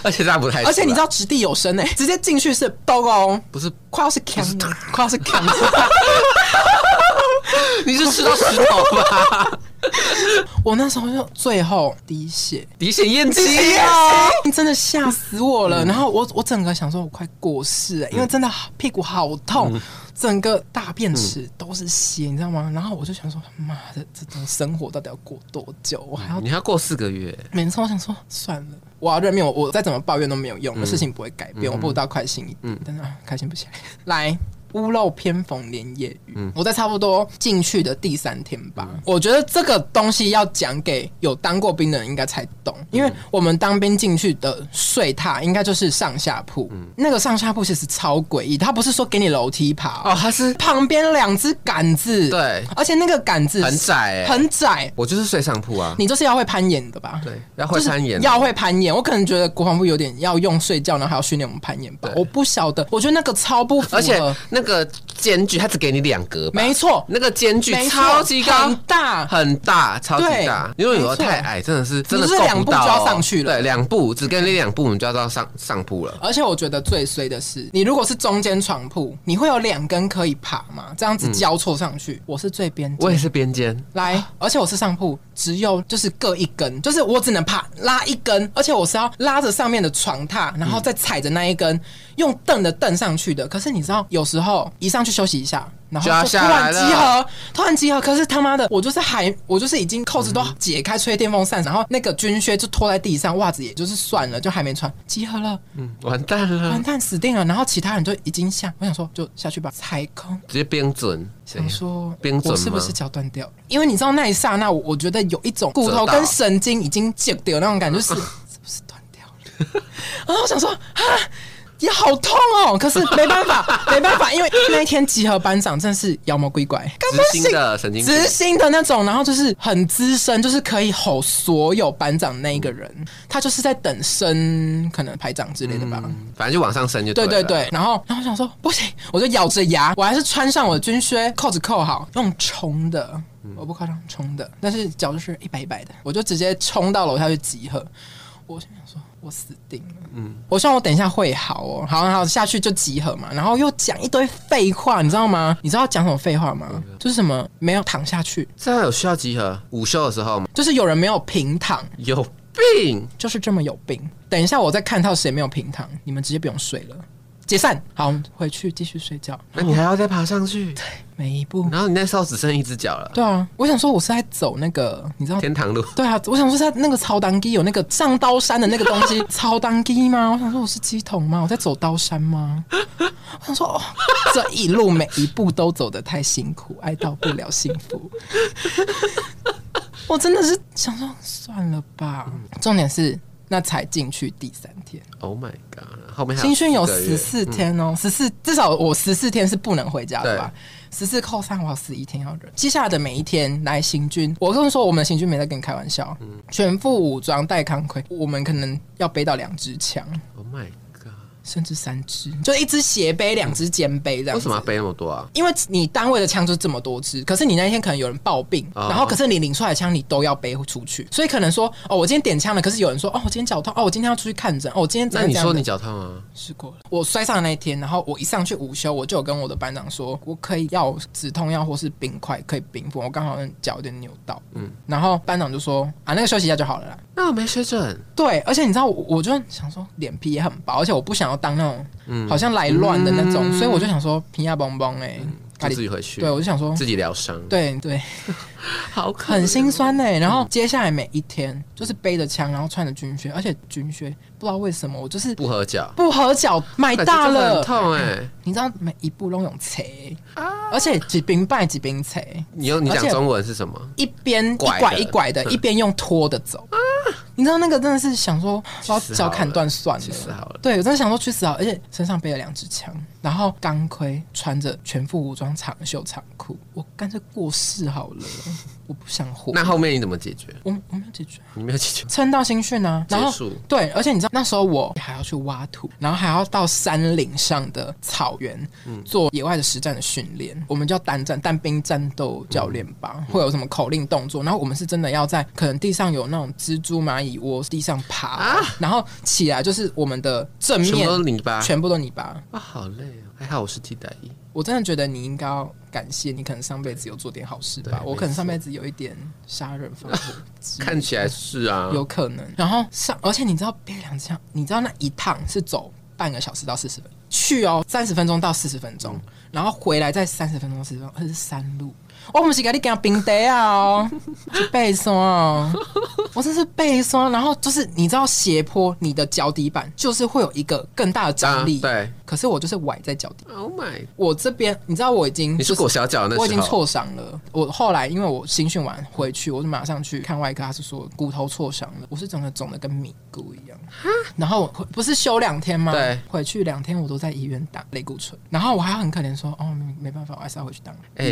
S1: 而且大不太出来，
S2: 而且你知道掷地有声哎、直接进去是兜哦，
S1: 不是？
S2: 快要是扛，快要是扛。
S1: *laughs* 你是吃到石头
S2: *laughs*
S1: 吧？
S2: 我那时候就最后滴血，
S1: 滴血验
S2: 滴
S1: 机
S2: 血
S1: 啊！
S2: 真的吓死我了。然后我我整个想说，我快过世了、因为真的屁股好痛，整个大便池都是血，你知道吗？然后我就想说，妈的，这种生活到底要过多久？我还要
S1: 你还要过四个月，
S2: 每次我想说，算了，我要认命，我我再怎么抱怨都没有
S1: 嗯
S2: 用，事情不会改变，我不如到快心一点，但是、啊、开心不起来。来。屋漏偏逢连夜雨，
S1: 嗯
S2: 我在差不多进去的第三天吧，我觉得这个东西要讲给有当过兵的人应该才懂，
S1: 嗯
S2: 因为我们当兵进去的睡榻应该就是上下铺，
S1: 嗯
S2: 那个上下铺其实超诡异，它不是说给你楼梯爬，
S1: 哦，它是
S2: 旁边两只杆子，
S1: 对，
S2: 而且那个杆子
S1: 很窄欸
S2: 很窄，
S1: 我就是睡上铺啊，
S2: 你就是要会攀岩的吧？
S1: 对，要会攀岩，
S2: 就是要会攀岩。我可能觉得国防部有点要用睡觉，然后还要训练我们攀岩吧。
S1: 对
S2: 我不晓得，我觉得那个超不符合。
S1: 而且那个间距它只给你两格吧，
S2: 没错，
S1: 那个间距
S2: 没错
S1: 超级
S2: 很
S1: 高。
S2: 大。
S1: 很大，超级大。
S2: 对
S1: 因为有的
S2: 没错
S1: 太矮，真的是真的
S2: 你就是
S1: 够
S2: 两
S1: 不
S2: 步
S1: 到、哦。
S2: 就要上去了
S1: 对，两步只给你两步，你就要到上上铺了。
S2: 而且我觉得最衰的是，你如果是中间床铺，你会有两根可以爬嘛，这样子交错上去。我是最边
S1: 嗯我也
S2: 间，
S1: 是边间，
S2: 来，而且我是上铺，只有就是各一根，就是我只能爬拉一根，而且我是要拉着上面的床榻，然后再踩着那一根，用蹬的蹬上去的。可是你知道，有时候一上去休息一下。然后
S1: 就要
S2: 突
S1: 下来
S2: 然集
S1: 了
S2: 合，突然集合，可是他妈的，我就是还，我就是已经扣子都解开，吹电风扇，然后那个军靴就拖在地上，袜子也就是算了，就还没穿，集合了，
S1: 嗯，完蛋
S2: 完
S1: 了，
S2: 蛋死定了。然后其他人就已经下，我想说就下去吧，踩空，
S1: 直接边准。
S2: 想说
S1: 哎冰准
S2: 我是不
S1: 吗
S2: 是脚断掉了？因为你知道那一刹那，我我觉得有一种骨头跟神经已经戒掉那种感觉，就是是不是断掉了？
S1: *laughs*
S2: 然后我想说啊。也好痛哦，可是没办
S1: *laughs*
S2: 法，没办法，因为那一天集合班长真的是妖魔鬼怪，干
S1: 执行的神经病
S2: 执行的那种，然后就是很资深，就是可以吼所有班长那一个人，他就是在等升可能排长之类的吧。
S1: 反正就往上升就
S2: 对
S1: 对
S2: 嗯对
S1: 了
S2: 对，然后然后我想说不行，我就咬着牙，我还是穿上我的军靴，扣子扣好，用冲的，我不夸张，冲的，但是脚就是一摆一摆的，我就直接冲到楼下去集合。我心想说，我死定了。嗯，我希望我等一下会好哦，好好下去就集合嘛，然后又讲一堆废话，你知道吗？你知道讲什么废话吗？就是什么没有躺下去，
S1: 这样有需要集合午休的时候吗？
S2: 就是有人没有哦平躺，
S1: 有病！
S2: 就是这么有病。等一下我再看到谁没有平躺，你们直接不用睡了。解散，好，我们回去继续睡觉。
S1: 那你还要再爬上去，
S2: 每一步，
S1: 然后你那时候只剩一只脚了，
S2: 对啊，我想说，我是在走那个，你知道。
S1: 天堂路。
S2: 对啊，我想说是在那个超当机有那个上刀山的那个东西，超当机吗？我想说我是鸡桶吗？我在走刀山吗？我想说哦，这一路每一步都走得太辛苦，爱到不了幸福。我真的是想说算了吧。重点是那才进去第三天，
S1: Oh my god！后面还
S2: 新训有
S1: 四个
S2: 十
S1: 月嗯
S2: 四天哦，十四、至少我十四天是不能回家的
S1: 对
S2: 吧？十四扣三，我十一天要忍。接下来的每一天来行军，我跟你说，我们的行军没在跟你开玩笑，
S1: 嗯
S2: 全副武装带康盔，我们可能要背到两支枪，
S1: Oh my god！
S2: 甚至三支，就一支斜背，两支肩背这样
S1: 为
S2: 子。
S1: 什么要背那么多啊？
S2: 因为你单位的枪就这么多支，可是你那一天可能有人暴病，
S1: 哦
S2: 然后可是你领出来的枪你都要背出去，所以可能说哦，我今天点枪了，可是有人说哦，我今天脚痛，哦，我今天要出去看诊，哦，我今天怎
S1: 那
S2: 样
S1: 你
S2: 怎样
S1: 说
S2: 的
S1: 你脚痛啊？
S2: 试过了。我摔伤的那一天，然后我一上去午休，我就有跟我的班长说，我可以要止痛药或是冰块，可以冰敷。我刚好脚有点扭到，嗯，然后班长就说啊，那个休息一下就好了啦。
S1: 那我没水准，
S2: 对，而且你知道我，我就想说脸皮也很薄，而且我不想要当那种、
S1: 嗯
S2: 好像来乱的那种，所以我就想说皮亚蹦蹦哎，
S1: 就嗯自己回去
S2: 对，，我就想说。
S1: 自己疗伤，，
S2: 对对，
S1: 好可
S2: 很心酸呢、然后接下来每一天就是背着枪，然后穿着军靴，而且军靴不知道为什么我就是
S1: 不合脚，
S2: 不合脚，买大
S1: 感觉就
S2: 了
S1: 很，痛哎！
S2: 你知道每一步拢用切，而且几兵拜几兵切，
S1: 你用你
S2: 而
S1: 讲
S2: 且
S1: 中文是什么？
S2: 一边一
S1: 拐的嗯
S2: 拐一拐的，一边用拖的走。你知道那个真的是想说，
S1: 去
S2: 把
S1: 死
S2: 脚
S1: 好
S2: 砍
S1: 了
S2: 断算
S1: 去死好了
S2: 对，我真的想说去死好了，而且身上背了两支枪，然后钢盔，穿着全副武装长袖长裤，我干脆过世好了，我不想活。
S1: *laughs* 那后面你怎么解决？
S2: 我我没有解决。
S1: 你没有解决，
S2: 撑到新训啊，然后
S1: 结束
S2: 对，而且你知道那时候我还要去挖土，然后还要到山岭上的草原、
S1: 嗯
S2: 做野外的实战的训练。我们叫单战、单兵战斗教练吧，
S1: 嗯
S2: 会有什么口令动作？然后我们是真的要在可能地上有那种蜘蛛、蚂蚁窝，地上爬，然后起来就是我们的正
S1: 啊全部
S2: 面
S1: 都泥巴
S2: 全部都泥巴。
S1: 啊，好累哦！还好我是替代役，
S2: 我真的觉得你应该要感谢你，可能上辈子有做点好事吧。
S1: 对
S2: 我可能
S1: 没错
S2: 上辈子有一点杀人放火之类的
S1: 看起来是啊，
S2: 有可能。然后上，而且你知道背两枪，你知道那一趟是走半个小时到四十分，去哦三十分钟到四十分钟，
S1: 嗯
S2: 然后回来再三十分钟四十分钟，而且是山路。哦我们是给你讲冰袋啊
S1: *laughs*
S2: 哦，是背霜哦，我真是背霜。然后就是你知道斜坡，你的脚底板就是会有一个更大的张力，
S1: 啊对。
S2: 可是我就是崴在脚底，
S1: Oh my！
S2: 我这边你知道我已经
S1: 你是
S2: 就是
S1: 裹小脚那时候，
S2: 我已经挫伤了。我后来因为我新训完回去，我就马上去看外科，他是说骨头挫伤了，我是整个肿的跟米糊一样。然后我不是休两天吗？
S1: 对，
S2: 回去两天我都在医院打类固醇，然后我还很可怜说，哦，没没办法，我还是要回去当。
S1: 哎、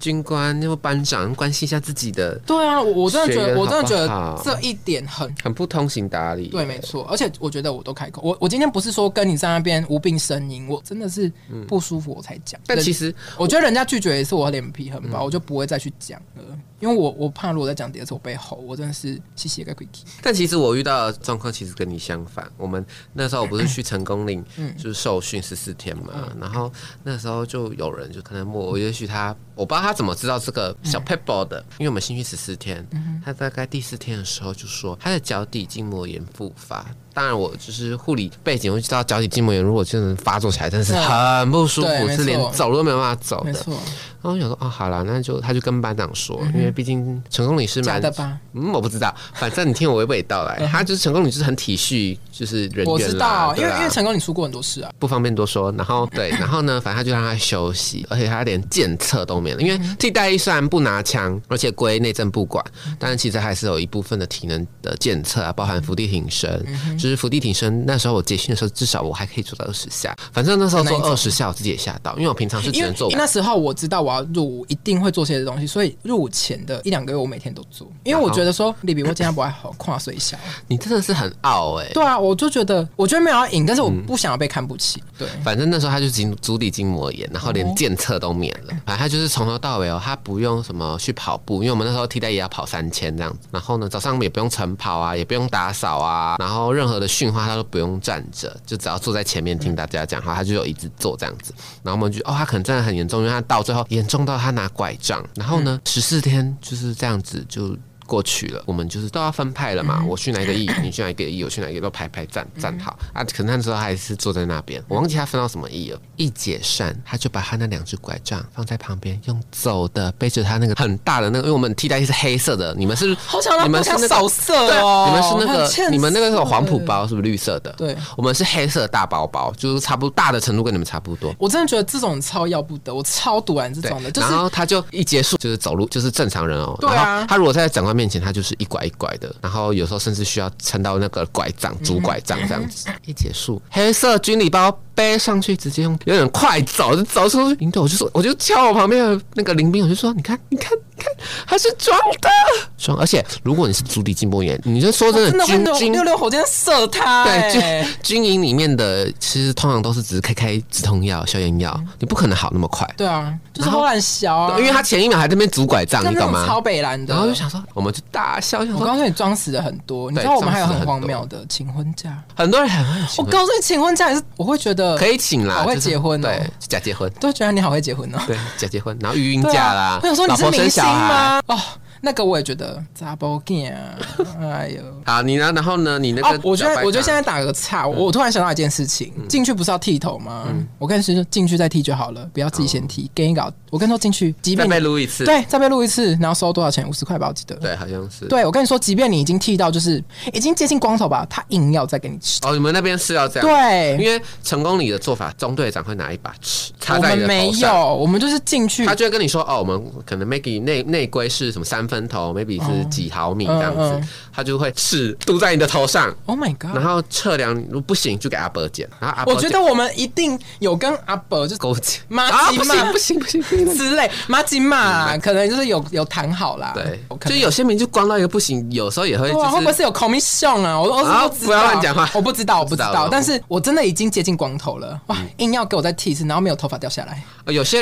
S1: 军官那个班长关心一下自己的，
S2: 对啊，我我真的觉
S1: 学员
S2: 得，我真的觉
S1: 好
S2: 得
S1: 不好
S2: 这一点很。
S1: 很不通情达理。
S2: 对，没错，而且我觉得我都开口，我我今天不是说跟你在那边无病呻吟，我真的是不舒服我才讲。
S1: 嗯但
S2: 人
S1: 其实
S2: 我觉得人家拒绝也是我脸皮很薄，我就不会再去讲了，因为我我怕如果再讲第二次我被吼，我真的是谢谢个 quick。
S1: 但其实我遇到的状况其实跟你相反。我们那时候我不是去成功岭，
S2: 嗯
S1: 就是受训十四天嘛，然后那时候就有人就可能我，也许他我不知道他怎么知道这个小
S2: 嗯
S1: pebble 的，因为我们新训十四天，他大概第四天的时候就说他的脚底筋膜炎复发。当然，我就是护理背景，我就知道脚底筋膜炎如果真的发作起来，真的是很不舒
S2: 对
S1: 服，
S2: 没
S1: 是连
S2: 错
S1: 走都没有办法走
S2: 没
S1: 的。
S2: 错，嗯
S1: 然后我想说，哦，好啦，那就他就跟班长说，因为毕竟成功岭是
S2: 假
S1: 蛮
S2: 的吧？
S1: 嗯，我不知道，反正你听我娓娓道来。他就是成功女，就是很体恤，就是人
S2: 嗯我知
S1: 员啦，
S2: 道，因
S1: 对
S2: 为
S1: 啦
S2: 因为成功你出过很多事啊，
S1: 不方便多说。然后
S2: *laughs*
S1: 对，然后呢，反正他就让他休息，而且他连检测都没有，因
S2: 嗯
S1: 为替代役虽然不拿枪，而且归内政部管，但是其实还是有一部分的体能的检测啊，包含伏地挺身，
S2: 嗯
S1: 就是伏地挺身。那时候我结训的时候，至少我还可以做到二十下，反正那时候做
S2: 哪一
S1: 二十下，我自己也吓到，因为我平常是只
S2: 因
S1: 能
S2: 为
S1: 做
S2: 那时候我知道我要入伍一定会做些东西，所以入伍前的一两个月我每天都做，因为我觉得说李比我今天不爱好跨岁小，
S1: 你真的是很傲哎、
S2: 对啊，我就觉得我觉得没有要赢，但是我不想要被看不起，对。
S1: 反正那时候他就筋足底筋膜炎，然后连检测都免了。反正他就是从头到尾哦，他不用什么去跑步，因为我们那时候替代也要跑三千这样子。然后呢，早上也不用晨跑啊，也不用打扫啊，然后任何的训话他都不用站着，就只要坐在前面听大家讲话，他就有一直坐这样子。然后我们就哦，他可能真的很严重，因为他到最后严重到他拿拐杖。然后呢，十四天就是这样子就。过去了，我们就是都要分派了嘛。
S2: 嗯
S1: 我去哪一个亿， *coughs* 你去哪一个亿，我去哪一个都排排站站好啊。可能那时候还是坐在那
S2: 嗯
S1: 边，我忘记他分到什么亿了。一解散，他就把他那两只拐杖放在旁边，用走的背着他那个很大的那个，因为我们替代役是黑色的，你们是
S2: 啊好想让
S1: 你们
S2: 我
S1: 是
S2: 想
S1: 那个
S2: 扫射
S1: 对
S2: 哦，
S1: 啊，你们是那
S2: 很
S1: 个
S2: 欠
S1: 你们那个是
S2: 揍
S1: 黄浦
S2: 欸
S1: 包是不是绿色的？
S2: 对
S1: 我们是黑色的大包包，就是差不多大的程度跟你们差不多。
S2: 我真的觉得这种超要不得，我超堵然这
S1: 对
S2: 种的，，就是
S1: 然后他就一结束就是走路，就是正常人哦。
S2: 对啊
S1: 然后他如果在长官面前，他就是一拐一拐的，然后有时候甚至需要撑到那个拐杖、主拐杖这样
S2: *laughs*
S1: 子。一结束，黑色军礼包背上去，直接用有点快走，就走出营队。我就说，我就敲我旁边的那个林兵，我就说，你看，你看，你看，他是装的，装。而且如果你是足底筋膜炎，你就说真
S2: 哦真
S1: 的，
S2: 的会
S1: 军
S2: 用
S1: 军
S2: 六六火箭射他、
S1: 对，
S2: 欸
S1: 军，军营里面的其实通常都是只是开开止痛药、消炎药，你不可能好那么快，
S2: 对啊，就是
S1: 然后
S2: 好懒小啊，
S1: 因为他前一秒还在那边拄拐杖，
S2: 像
S1: 你
S2: 那
S1: 懂
S2: 种超
S1: 吗？
S2: 北蓝的
S1: 然。后就想说，我们就大笑，想
S2: 我
S1: 说
S2: 告诉你，装死的很多，你
S1: 对
S2: 知道我们还有
S1: 装死的
S2: 很
S1: 很
S2: 荒谬的请婚假。
S1: 很多人很
S2: 我告诉你，请婚假也是，我会觉得
S1: 可以请啦，
S2: 好会
S1: 就是
S2: 结婚哦
S1: 对，就假结婚，
S2: 都觉得你好会结婚哦。
S1: 对，假结婚，然后育婴
S2: 对
S1: 假
S2: 啊
S1: 啦，，
S2: 我想说你
S1: 老
S2: 是
S1: 婆
S2: 明
S1: 生
S2: 星
S1: 小孩。
S2: 吗？哦，那个我也觉得杂包干啊，哎呦。
S1: 好，你呢？然后呢？ *laughs* 你那
S2: 哦
S1: 个，
S2: 我觉
S1: 小白嗯
S2: 得，我觉
S1: 糖
S2: 得现在打个岔，我我突然想到一件事情，进去不是要剃头吗？
S1: 嗯
S2: 我跟你说，进去再剃就好了，不要自己先剃。给你搞，我跟你说，进去，即
S1: 哦再
S2: 便
S1: 被
S2: 你
S1: 撸一次，
S2: 对再被录一次，然后收多少钱？五十块吧，我记得。
S1: 对，好像是。
S2: 对，我跟你说，即便你已经剃到就是已经接近光头吧，他硬要再给你吃。
S1: 哦，你们那边是要这样，
S2: 对，
S1: 因为成功里的做法，中队长会拿一把尺插
S2: 我
S1: 在
S2: 们
S1: 你的
S2: 没
S1: 头上。
S2: 有，我们就是进去
S1: 他，就会跟你说，哦，我们可能 maybe 内内规是什么三分头，maybe 是几毫米这样子，
S2: 哦嗯嗯
S1: 他就会尺度在你的头上，
S2: Oh my
S1: 然
S2: god！
S1: 后测量如果不行就给阿伯剪，然后阿伯
S2: 我觉
S1: 剪
S2: 得我们一定有跟阿伯就是
S1: 勾剪，
S2: *laughs* 妈
S1: 啊
S2: 鸡
S1: 不
S2: 妈
S1: 行不行不行不行。
S2: 之类马吉嘛，可能就是有有谈好啦。
S1: 嗯对
S2: 啊我，可
S1: 就
S2: 能
S1: 有些名就光到一个不行，有时候也会
S2: 对啊，会不
S1: 就
S2: 会
S1: 是
S2: 是有 commission 啊？我我
S1: 啊
S2: 我知道
S1: 不要乱讲话
S2: 我不知道，我不
S1: 不
S2: 知
S1: 知道嗯
S2: 道。但是我真的已经接近光头了，哇！硬要给我再剃一次，然后没有头发掉下
S1: *laughs*
S2: 来，
S1: 呃有些，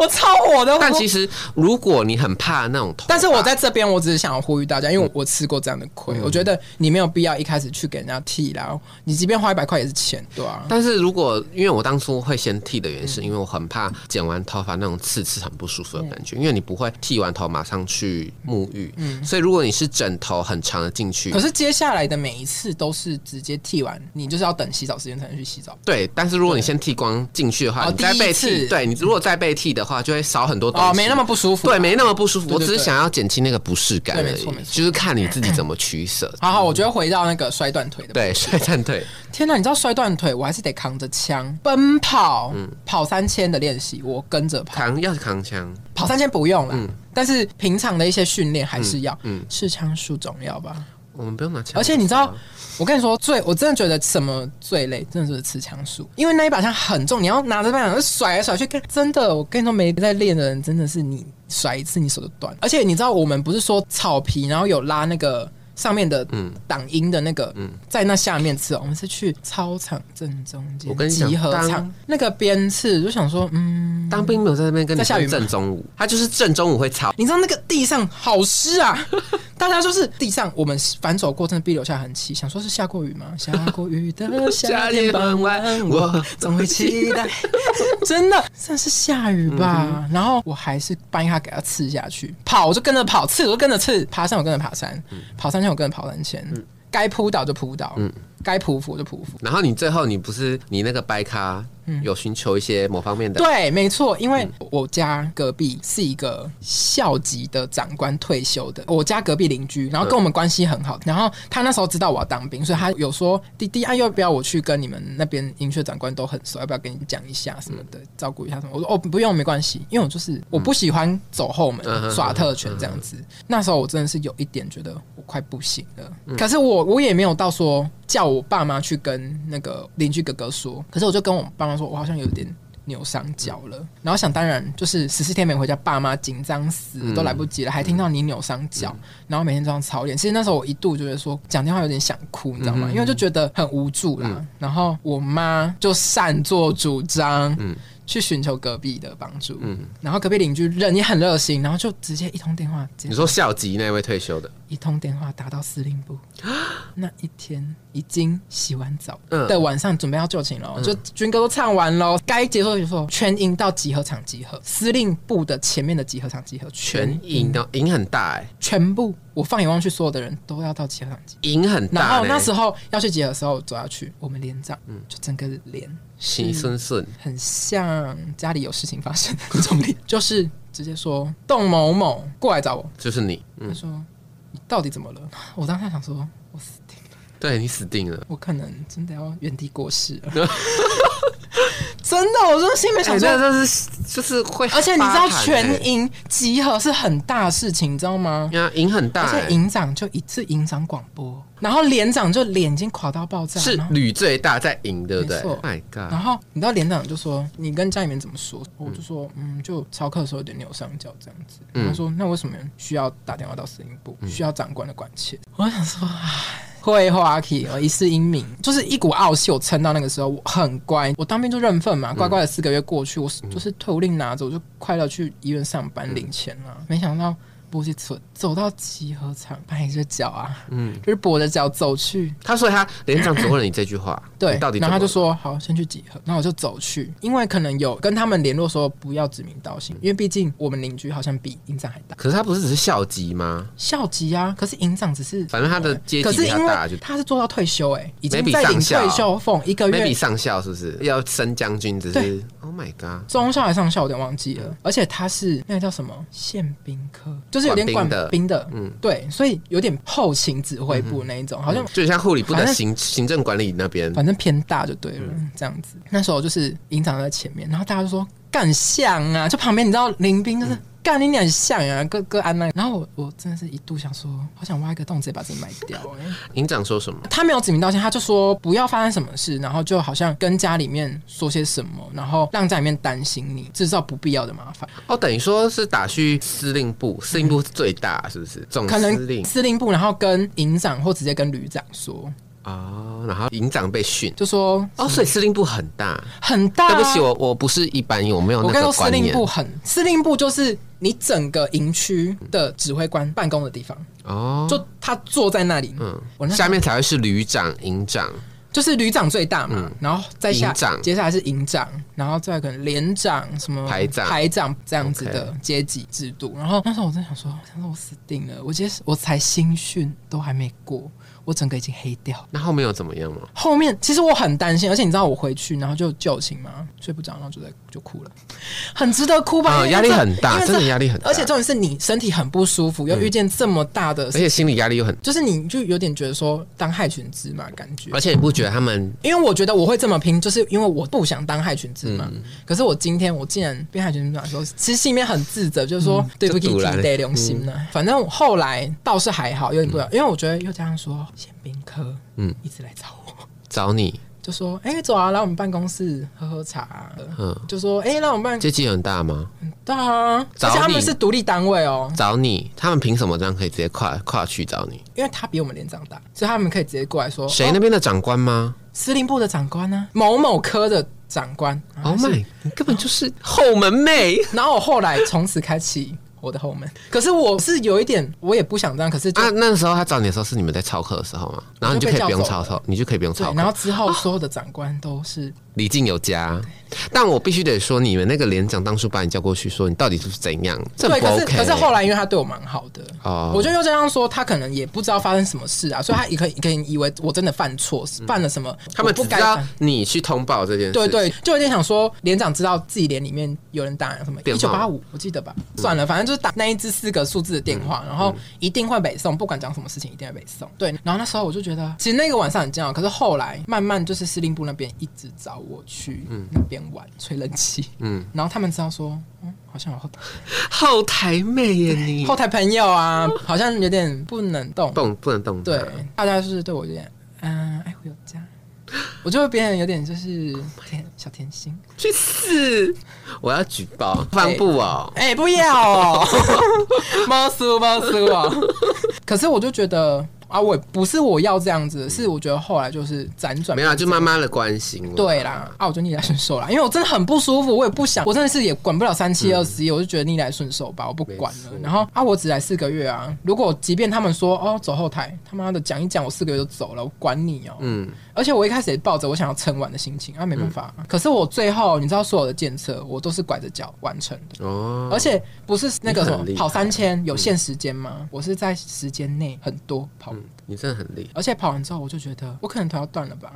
S2: 我超火的。
S1: 但
S2: 我
S1: 其实如果你很怕那种头发，
S2: 但是我在这边，我只是想要呼吁大家，
S1: 嗯
S2: 因为我我吃过这样的亏，我觉得你没有必要一开始去给人家剃啦，你即便花一百块也是钱，对啊。
S1: 但是如果因为我当初会先剃的原因，是因为我很怕剪完头发那种刺刺很不舒服的感觉，因为你不会剃完头马上去沐浴，所以如果你是枕头很长的进去
S2: 嗯可，是接下来的每一次都是直接剃完，你就是要等洗澡时间才能去洗澡。
S1: 对，但是如果你先剃光进去的话，
S2: 哦
S1: 你再被
S2: 第一
S1: 剃，
S2: 次
S1: 对你如果再被剃的话，就会少很多东西，
S2: 哦，没那么不舒服。
S1: 对，没那么不舒服。
S2: 对
S1: 我
S2: 对
S1: 只是
S2: 对
S1: 想要减轻那个不适感
S2: 对
S1: 而
S2: 没
S1: 已
S2: 错没，错
S1: 就是看你自己怎么取
S2: *laughs*
S1: 舍。
S2: 好好，我觉得回到那个摔断腿的部分
S1: 嗯对，帅战队，
S2: 天哪！你知道摔断腿，我还是得扛着枪
S1: 嗯
S2: 奔跑，跑三千的练习，我跟着跑，
S1: 扛要是扛枪，
S2: 跑三千不用了，但是平常的一些训练还是要，
S1: 嗯嗯
S2: 是枪术重要吧？
S1: 我们不用拿枪。
S2: 而且你知道，我跟你说最，我真的觉得什么最累，真的就是吃枪术，因为那一把枪很重，你要拿着那把枪甩来甩去，跟真的，我跟你说，没在练的人真的是你甩一次你手就断。而且你知道，我们不是说草皮，然后有拉那个。上面的
S1: 嗯
S2: 挡音的那个，在那下面吃哦，我们是去操场正中间，
S1: 我跟你讲
S2: 集合场
S1: 当
S2: 那个边吃，就想说，嗯，
S1: 当兵没有在那边跟你
S2: 在下雨
S1: 分
S2: 吗
S1: 正中午，他就是正中午会
S2: *laughs*
S1: 吵。
S2: 你知道那个地上好湿啊， *laughs* 大家就是地上，我们反走过，真的必留下痕迹。想说是下过雨吗？下过雨
S1: *laughs*
S2: 的夏天傍晚，我 *laughs* 总会期待。嗯真的，真的是下雨吧？然后我还是半夜给它刺下去，跑我就跟着跑，刺我就跟着刺，爬山我跟着爬山，跑三千我跟着跑三千，该扑倒就扑倒，该匍匐就匍匐。
S1: 然后你最后你不是你那个掰咖有寻求一些某方面的，
S2: 嗯
S1: 嗯
S2: 对，没错，因为我家隔壁是一个校级的长官退休的，我家隔壁邻居，然后跟我们关系很
S1: 嗯
S2: 好。然后他那时候知道我要当兵，所以他有说：“弟弟，啊，要不要我去跟你们那边营区的长官都很熟，要不要跟你讲一下什么的，
S1: 嗯
S2: 照顾一下什么？”我说：“哦，不用，没关系，因为我就是我不喜欢走后门、
S1: 嗯
S2: 耍特权这样子。”那时候我真的是有一点觉得我快不行了，可是我我也没有到说叫我爸妈去跟那个邻居哥哥说，可是我就跟我爸妈说，我好像有点。扭伤脚了，然后想当然就是十四天没回家，爸妈紧张死了，都来不及了，还听到你扭伤脚，然后每天这样操练。其实那时候我一度觉得说讲电话有点想哭，你知道吗？因为就觉得很无助啦。然后我妈就擅作主张，去寻求隔壁的帮助，
S1: 嗯
S2: 然后隔壁邻居人也很热心，然后就直接一通电话接
S1: 你说校级那位退休的，
S2: 一通电话打到司令
S1: *gasps*
S2: 部。那一天已经洗完澡
S1: 嗯
S2: 的晚上，准备要就寝了，就军歌都唱完喽，该结束的结束，全营到集合场集合，司令部的前面的集合场集合，全
S1: 全营的营很大哎，
S2: 全部我放眼望去，所有的人都要到集合场集。
S1: 瘾很
S2: 然
S1: 大欸嗯
S2: 后
S1: 呢。
S2: 那时候要去集合的时候走下去，我们连长就整个嗯脸
S1: 行顺顺，
S2: 很像家里有事情发生的那种脸， *laughs* 就是直接说邓某某过来找我，
S1: 就是你，嗯，
S2: 他说你到底怎么了？我当下想说，我死定了，
S1: 对你死定了。
S2: 我可能真的要原地过世 *laughs* 了。真的，我真的心里面
S1: 哎
S2: 想，说，
S1: 那这是就是会发汗
S2: 而
S1: 欸，
S2: 且你知道全营集合是很大的事情，你知道吗？
S1: 呀，瘾很大
S2: 而且
S1: 欸，
S2: 营长就一次营长广播，然后连长就脸已经垮到爆炸，
S1: 是
S2: 然后
S1: 铝最大，在赢，对不对
S2: 没错
S1: ？My
S2: 然
S1: God，
S2: 后你知道连长就说你跟家里面怎么说？我就说嗯，就操课的时候有点扭伤脚这样子。
S1: 嗯
S2: 他说那为什么需要打电话到司令部，需要长官的关切？我想说唉。会花 k 我一世英名，就是一股傲气。我撑到那个时候，我很乖，我当兵就认份嘛，
S1: 嗯
S2: 乖乖的四个月过去，我是就是退伍令拿着，我就快乐去医院上班领钱啊。
S1: 嗯
S2: 没想到波西走走到集合场，拍着脚啊，
S1: 嗯，
S2: 就是跛着脚走去
S1: 他所以他连长只问了你这句话，
S2: *laughs* 对
S1: 你，到底
S2: 然后他就
S1: 怎么
S2: 说好，先去集合，然后我就走去，因为可能有跟他们联络说不要指名道姓，因为毕竟我们邻居好像比营长还大
S1: 了，，可是他不是只是校级吗？
S2: 校级啊，可是营长只是，
S1: 反正他的阶
S2: 可
S1: 级
S2: 是
S1: 比
S2: 因
S1: 他大，就
S2: 为他是做到退休、欸，已经
S1: Maybe
S2: 在领
S1: 上校
S2: 退休俸一个
S1: maybe
S2: 月，
S1: 上校是不是要升将军？只是
S2: 对
S1: Oh my God，
S2: 中校还上校我有点忘记
S1: 嗯
S2: 了，而且他是那个叫什么宪兵科，就是有点
S1: 管
S2: 管
S1: 兵的
S2: 兵的，
S1: 嗯
S2: 对，所以有点后勤指挥部那一种，好像
S1: 嗯就像护理部的
S2: 反正
S1: 行行政管理那边，
S2: 反正偏大就对了，这样子。那时候就是营长在前面，然后大家就说干像啊，就旁边你知道林兵
S1: 嗯
S2: 就是。干你娘像啊，哥哥安奈。然后我我真的是一度想说，好想挖一个洞直接把自己埋掉、欸
S1: 营长说什么？
S2: 他没有指名道姓，他就说不要发生什么事，然后就好像跟家里面说些什么，然后让家里面担心你，制造不必要的麻烦。
S1: 哦，等于说是打去司令部，司令部是最大，是不是？总嗯
S2: 可
S1: 司
S2: 能
S1: 令
S2: 司令部，然后跟营长或直接跟旅长说，
S1: 哦，然后营长被训。
S2: 就说
S1: 哦，所以司令部很大。
S2: 很大、啊，
S1: 对不起，我我不是一般人，我没有
S2: 我
S1: 那
S2: 跟你
S1: 个
S2: 说，司
S1: 观
S2: 令
S1: 念。
S2: 部很，司令部就是你整个营区的指挥官办公的地方，
S1: 哦，
S2: 就他坐在那里。
S1: 嗯
S2: 我那
S1: 下面才会是旅长、营长，
S2: 就是旅长最大嘛，然后再
S1: 嗯
S2: 下
S1: 营长
S2: 接下来是营长，然后再可能连长什么
S1: 排长
S2: 排长这样子的阶级制度。然后那时候我真的想说，我想说我死定了，我今天我才新训都还没过，我整个已经黑掉了。
S1: 那后面有怎么样吗？
S2: 后面其实我很担心，而且你知道我回去然后就就寝嘛，睡不着，然后就在就哭了，很值得哭吧？
S1: 嗯
S2: 因为
S1: 压力
S2: 这
S1: 很大
S2: 因为这
S1: 真的压力很大嗯
S2: 而且重点是你身体很不舒服，又遇见这么大的，
S1: 而且心理压力又很，
S2: 就是你就有点觉得说当害群之马感觉
S1: 而。且你不觉得他们
S2: 因为我觉得我会这么拼，就是因为我不想当害群之马。
S1: 嗯
S2: 可是我今天我竟然变害群之马的时候，其实心里面很自责，就是说、对不
S1: 嗯
S2: 起，
S1: 就堵
S2: 挺
S1: 然了嗯
S2: 得良心呢、反正我后来倒是还好，有点不了，因为我觉得又加上说宪兵科，
S1: 嗯
S2: 嗯，一直来找我。
S1: 找你，
S2: 就说：“哎、走啊，来我们办公室喝喝茶、啊
S1: 嗯，
S2: 就说：“哎、来我们办
S1: 阶级很大吗？
S2: 对啊，而
S1: 找
S2: 且他们
S1: 你
S2: 是独立单位哦，
S1: 找你，他们凭什么这样可以直接跨跨去找你？
S2: 因为他比我们连长大，所以他们可以直接过来说：
S1: 谁
S2: 哦
S1: 那边的长官吗
S2: 司令部的长官呢、某某科的长官。然后
S1: ？Oh
S2: 哦是
S1: my，你根本就是后门
S2: *laughs*
S1: 妹。
S2: 然后我后来从此开启我的后门。可是我是有一点，我也不想这样，可是就、
S1: 啊，那时候他找你的时候是你们在操课的时候嘛，然后你就可以不用操操，你就可以不用
S2: 对
S1: 操。，
S2: 然
S1: 课，
S2: 后之后所有的长官都是
S1: 礼敬有加。但我必须得说，你们那个连长当初把你叫过去说你到底是怎样，这
S2: 对，
S1: 不
S2: 可是
S1: OK。
S2: 可是后来因为他对我蛮好的，
S1: 哦
S2: 我就又这样说，他可能也不知道发生什么事啊，所以他也可以可以以为我真的犯错，犯了什么，
S1: 嗯他们
S2: 我
S1: 只
S2: 不
S1: 知
S2: 该
S1: 道
S2: 犯。
S1: 你去通报这件事，
S2: 对，对，就有点想说，连长知道自己连里面有人打什么
S1: 电
S2: 一
S1: 话
S2: 九八五，我记得吧？算了，反正就是打那一支四个数字的电话，然
S1: 嗯
S2: 后一定会北送，不管讲什么事情一定会北送。对，然后那时候我就觉得，其实那个晚上很煎熬，可是后来慢慢就是司令部那边一直找我去那边玩吹冷气， *laughs*
S1: 嗯
S2: 嗯，然后他们知道说，嗯，好像有后台
S1: 后台妹耶你，
S2: 后台朋友啊，好像有点不能动。
S1: 动不能动它
S2: 对，大家就是对我有点，嗯、爱护有加，我就会变得有点就是
S1: Oh
S2: 天小甜心。
S1: 去死！我要举报，放布哦。
S2: 哎、
S1: *laughs*
S2: 不要哦，猫叔猫叔哦。可是我就觉得。啊，我也不是我要这样子，是我觉得后来就是辗转
S1: 嗯没有啊，就妈妈的关心啦。
S2: 对啦，啊，我就逆来顺受啦，因为我真的很不舒服，我也不想，我真的是也管不了三七二十一，我就觉得逆来顺受吧，我不管了
S1: 嗯没错。
S2: 然后啊，我只来四个月啊，如果即便他们说哦走后台，他妈的讲一讲，我四个月就走了，我管你哦。
S1: 嗯，
S2: 而且我一开始也抱着我想要撑完的心情啊，没办法、可是我最后你知道所有的检测我都是拐着脚完成的。
S1: 哦，
S2: 而且不是那个什
S1: 你
S2: 么
S1: 很厉害
S2: 跑三千有限时间吗？我是在时间内很多跑
S1: 嗯，你真的很厉害。
S2: 而且跑完之后，我就觉得我可能腿要断了吧，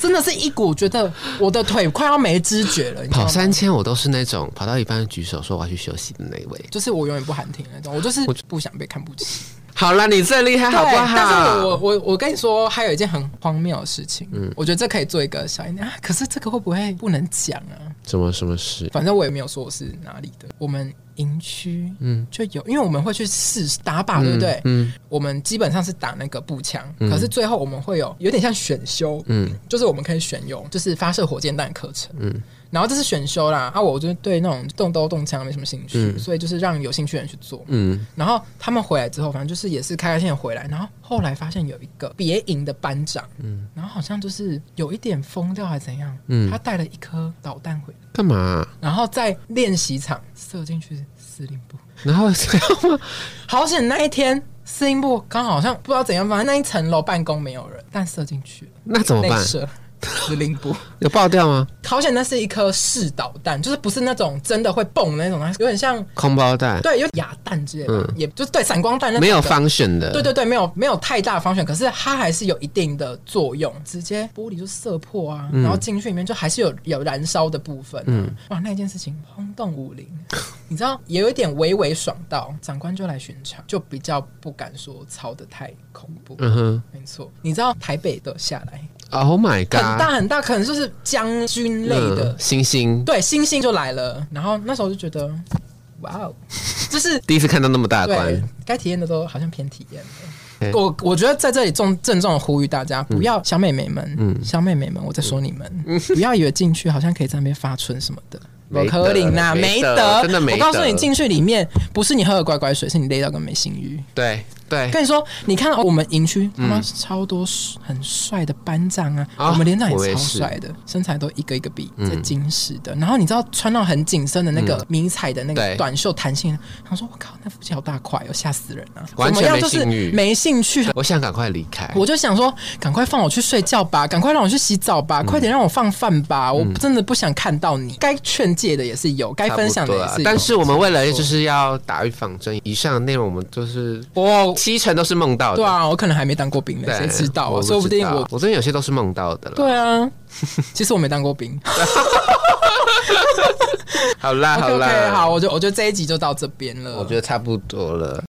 S2: 真的是一股觉得我的腿快要没知觉了。你知道
S1: 跑
S2: 吗
S1: 三千我都是那种跑到一半举手说我要去休息的那一位。
S2: 就是我永远不喊停那种，我就是不想被看不起。
S1: 好了，你最厉害啊好不好？
S2: 对但是我我我跟你说，还有一件很荒谬的事情，
S1: 嗯
S2: 我觉得这可以做一个小一点啊。可是这个会不会不能讲啊？
S1: 什么什么事？
S2: 反正我也没有说我是哪里的，我们营区嗯就有，因为我们会去试打靶，对不对？
S1: 嗯，
S2: 我们基本上是打那个步枪，可是最后我们会有有点像选修，嗯
S1: 嗯，
S2: 就是我们可以选用就是发射火箭弹的课程，嗯，然后这是选修啦，啊，我就对那种动刀动枪没什么兴趣，所以就是让有兴趣的人去做，
S1: 嗯，
S2: 然后他们回来之后，反正就是也是开开心心回来，然后后来发现有一个别营的班长，嗯，然后好像就是有一点疯掉还是怎样，嗯，他带了一颗导弹回来，
S1: 干嘛、
S2: 然后在练习场射进去司令部。
S1: 然后 *laughs* 这样吗？
S2: 好险那一天司令部刚好好像不知道怎样，反正那一层楼办公没有人，但射进去了
S1: 那怎么
S2: 内
S1: 办？
S2: 射司令
S1: *laughs*
S2: 部。
S1: 有爆掉吗？
S2: 好险那是一颗试导弹，就是不是那种真的会蹦的那种，它有点像
S1: 空包弹，
S2: 对有哑弹之类的吧，也就是对闪光弹那种的
S1: 没有。function 的。
S2: 对对对，没有没有太大的方向，可是它还是有一定的作用，直接玻璃就射破啊，
S1: 嗯
S2: 然后进去里面就还是有有燃烧的部分、嗯，哇，那件事情轰动武林，你知道也有一点微微爽到，长官就来巡查，就比较不敢说操的太恐怖。
S1: 嗯哼
S2: 没错，你知道台北的下来
S1: ，Oh my
S2: 很
S1: god，
S2: 大很大，可能就是将军类的，
S1: 嗯星星，
S2: 对，星星就来了。然后那时候就觉得，哇哦，就是
S1: 第一次看到那么大的
S2: 对
S1: 关，
S2: 该体验的都好像偏体验了。
S1: 对嗯
S2: 我我觉得在这里重郑重地呼吁大家，不要小妹妹们，小妹妹们，我在说你们，不要以为进去好像可以在那边发春什么的。
S1: 没得
S2: 可林呐，
S1: 没得
S2: 得，
S1: 真的没
S2: 我
S1: 得
S2: 告诉你，进去里面不是你喝了乖乖水，是你累到跟没性欲。
S1: 对对
S2: 跟你说，你看到
S1: 哦
S2: 我们营区他妈超多很帅的班长啊，
S1: 嗯啊
S2: 我们连长
S1: 我
S2: 也
S1: 也
S2: 超
S1: 是嗯
S2: 帅的，身材都一个一个比在金石的。然后你知道穿到很紧身的那个迷彩的那个
S1: 对
S2: 短袖弹性，他说我靠，那腹肌好大块哦，吓死人啊！
S1: 完全
S2: 怎么样
S1: 没
S2: 就是
S1: 性欲
S2: 没兴趣。
S1: 我想赶快离开。
S2: 我就想说，赶快放我去睡觉吧，赶快让我去洗澡
S1: 嗯
S2: 吧，快点让我放饭吧，我真的不想看到你。该劝诫的也是有，该
S1: 差不
S2: 分享的
S1: 多
S2: 也
S1: 了
S2: 是有。
S1: 但是我们为了就是要打预防针，以上的内容我们就是
S2: 我，
S1: 七成都是梦到的。
S2: 对啊，我可能还没当过兵呢，
S1: 对，
S2: 谁知道
S1: 我
S2: 啊？
S1: 知
S2: 说不定我
S1: 我这边有些都是梦到的了。
S2: 对啊， *laughs* 其实我没当过兵。
S1: 好啦 *laughs*
S2: OK
S1: 好啦
S2: OK，好，我就我觉得这一集就到这边了。
S1: 我觉得差不多了。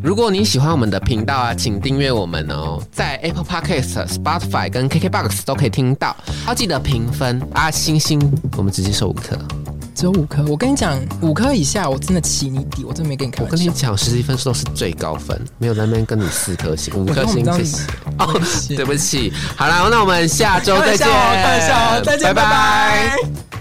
S1: 如果你喜欢我们的频道啊，请订阅我们哦，在 Apple Podcast、Spotify 跟 KKBox 都可以听到。要记得评分啊，星星，我们直接收五颗。
S2: 只有五颗，我跟你讲，五颗以下我真的起你底，我真的没跟你开
S1: 我
S2: 玩
S1: 跟你
S2: 笑。
S1: 讲，实际分数都是最高分，没有在那边跟你四颗星、五
S2: 我
S1: 颗
S2: 跟你
S1: 星，
S2: 讲
S1: 谢谢。
S2: 我跟你讲
S1: 哦对不起，好啦，那我们下周
S2: 开
S1: 再见，
S2: 玩笑哦，开玩笑哦，再见，
S1: 拜
S2: 拜拜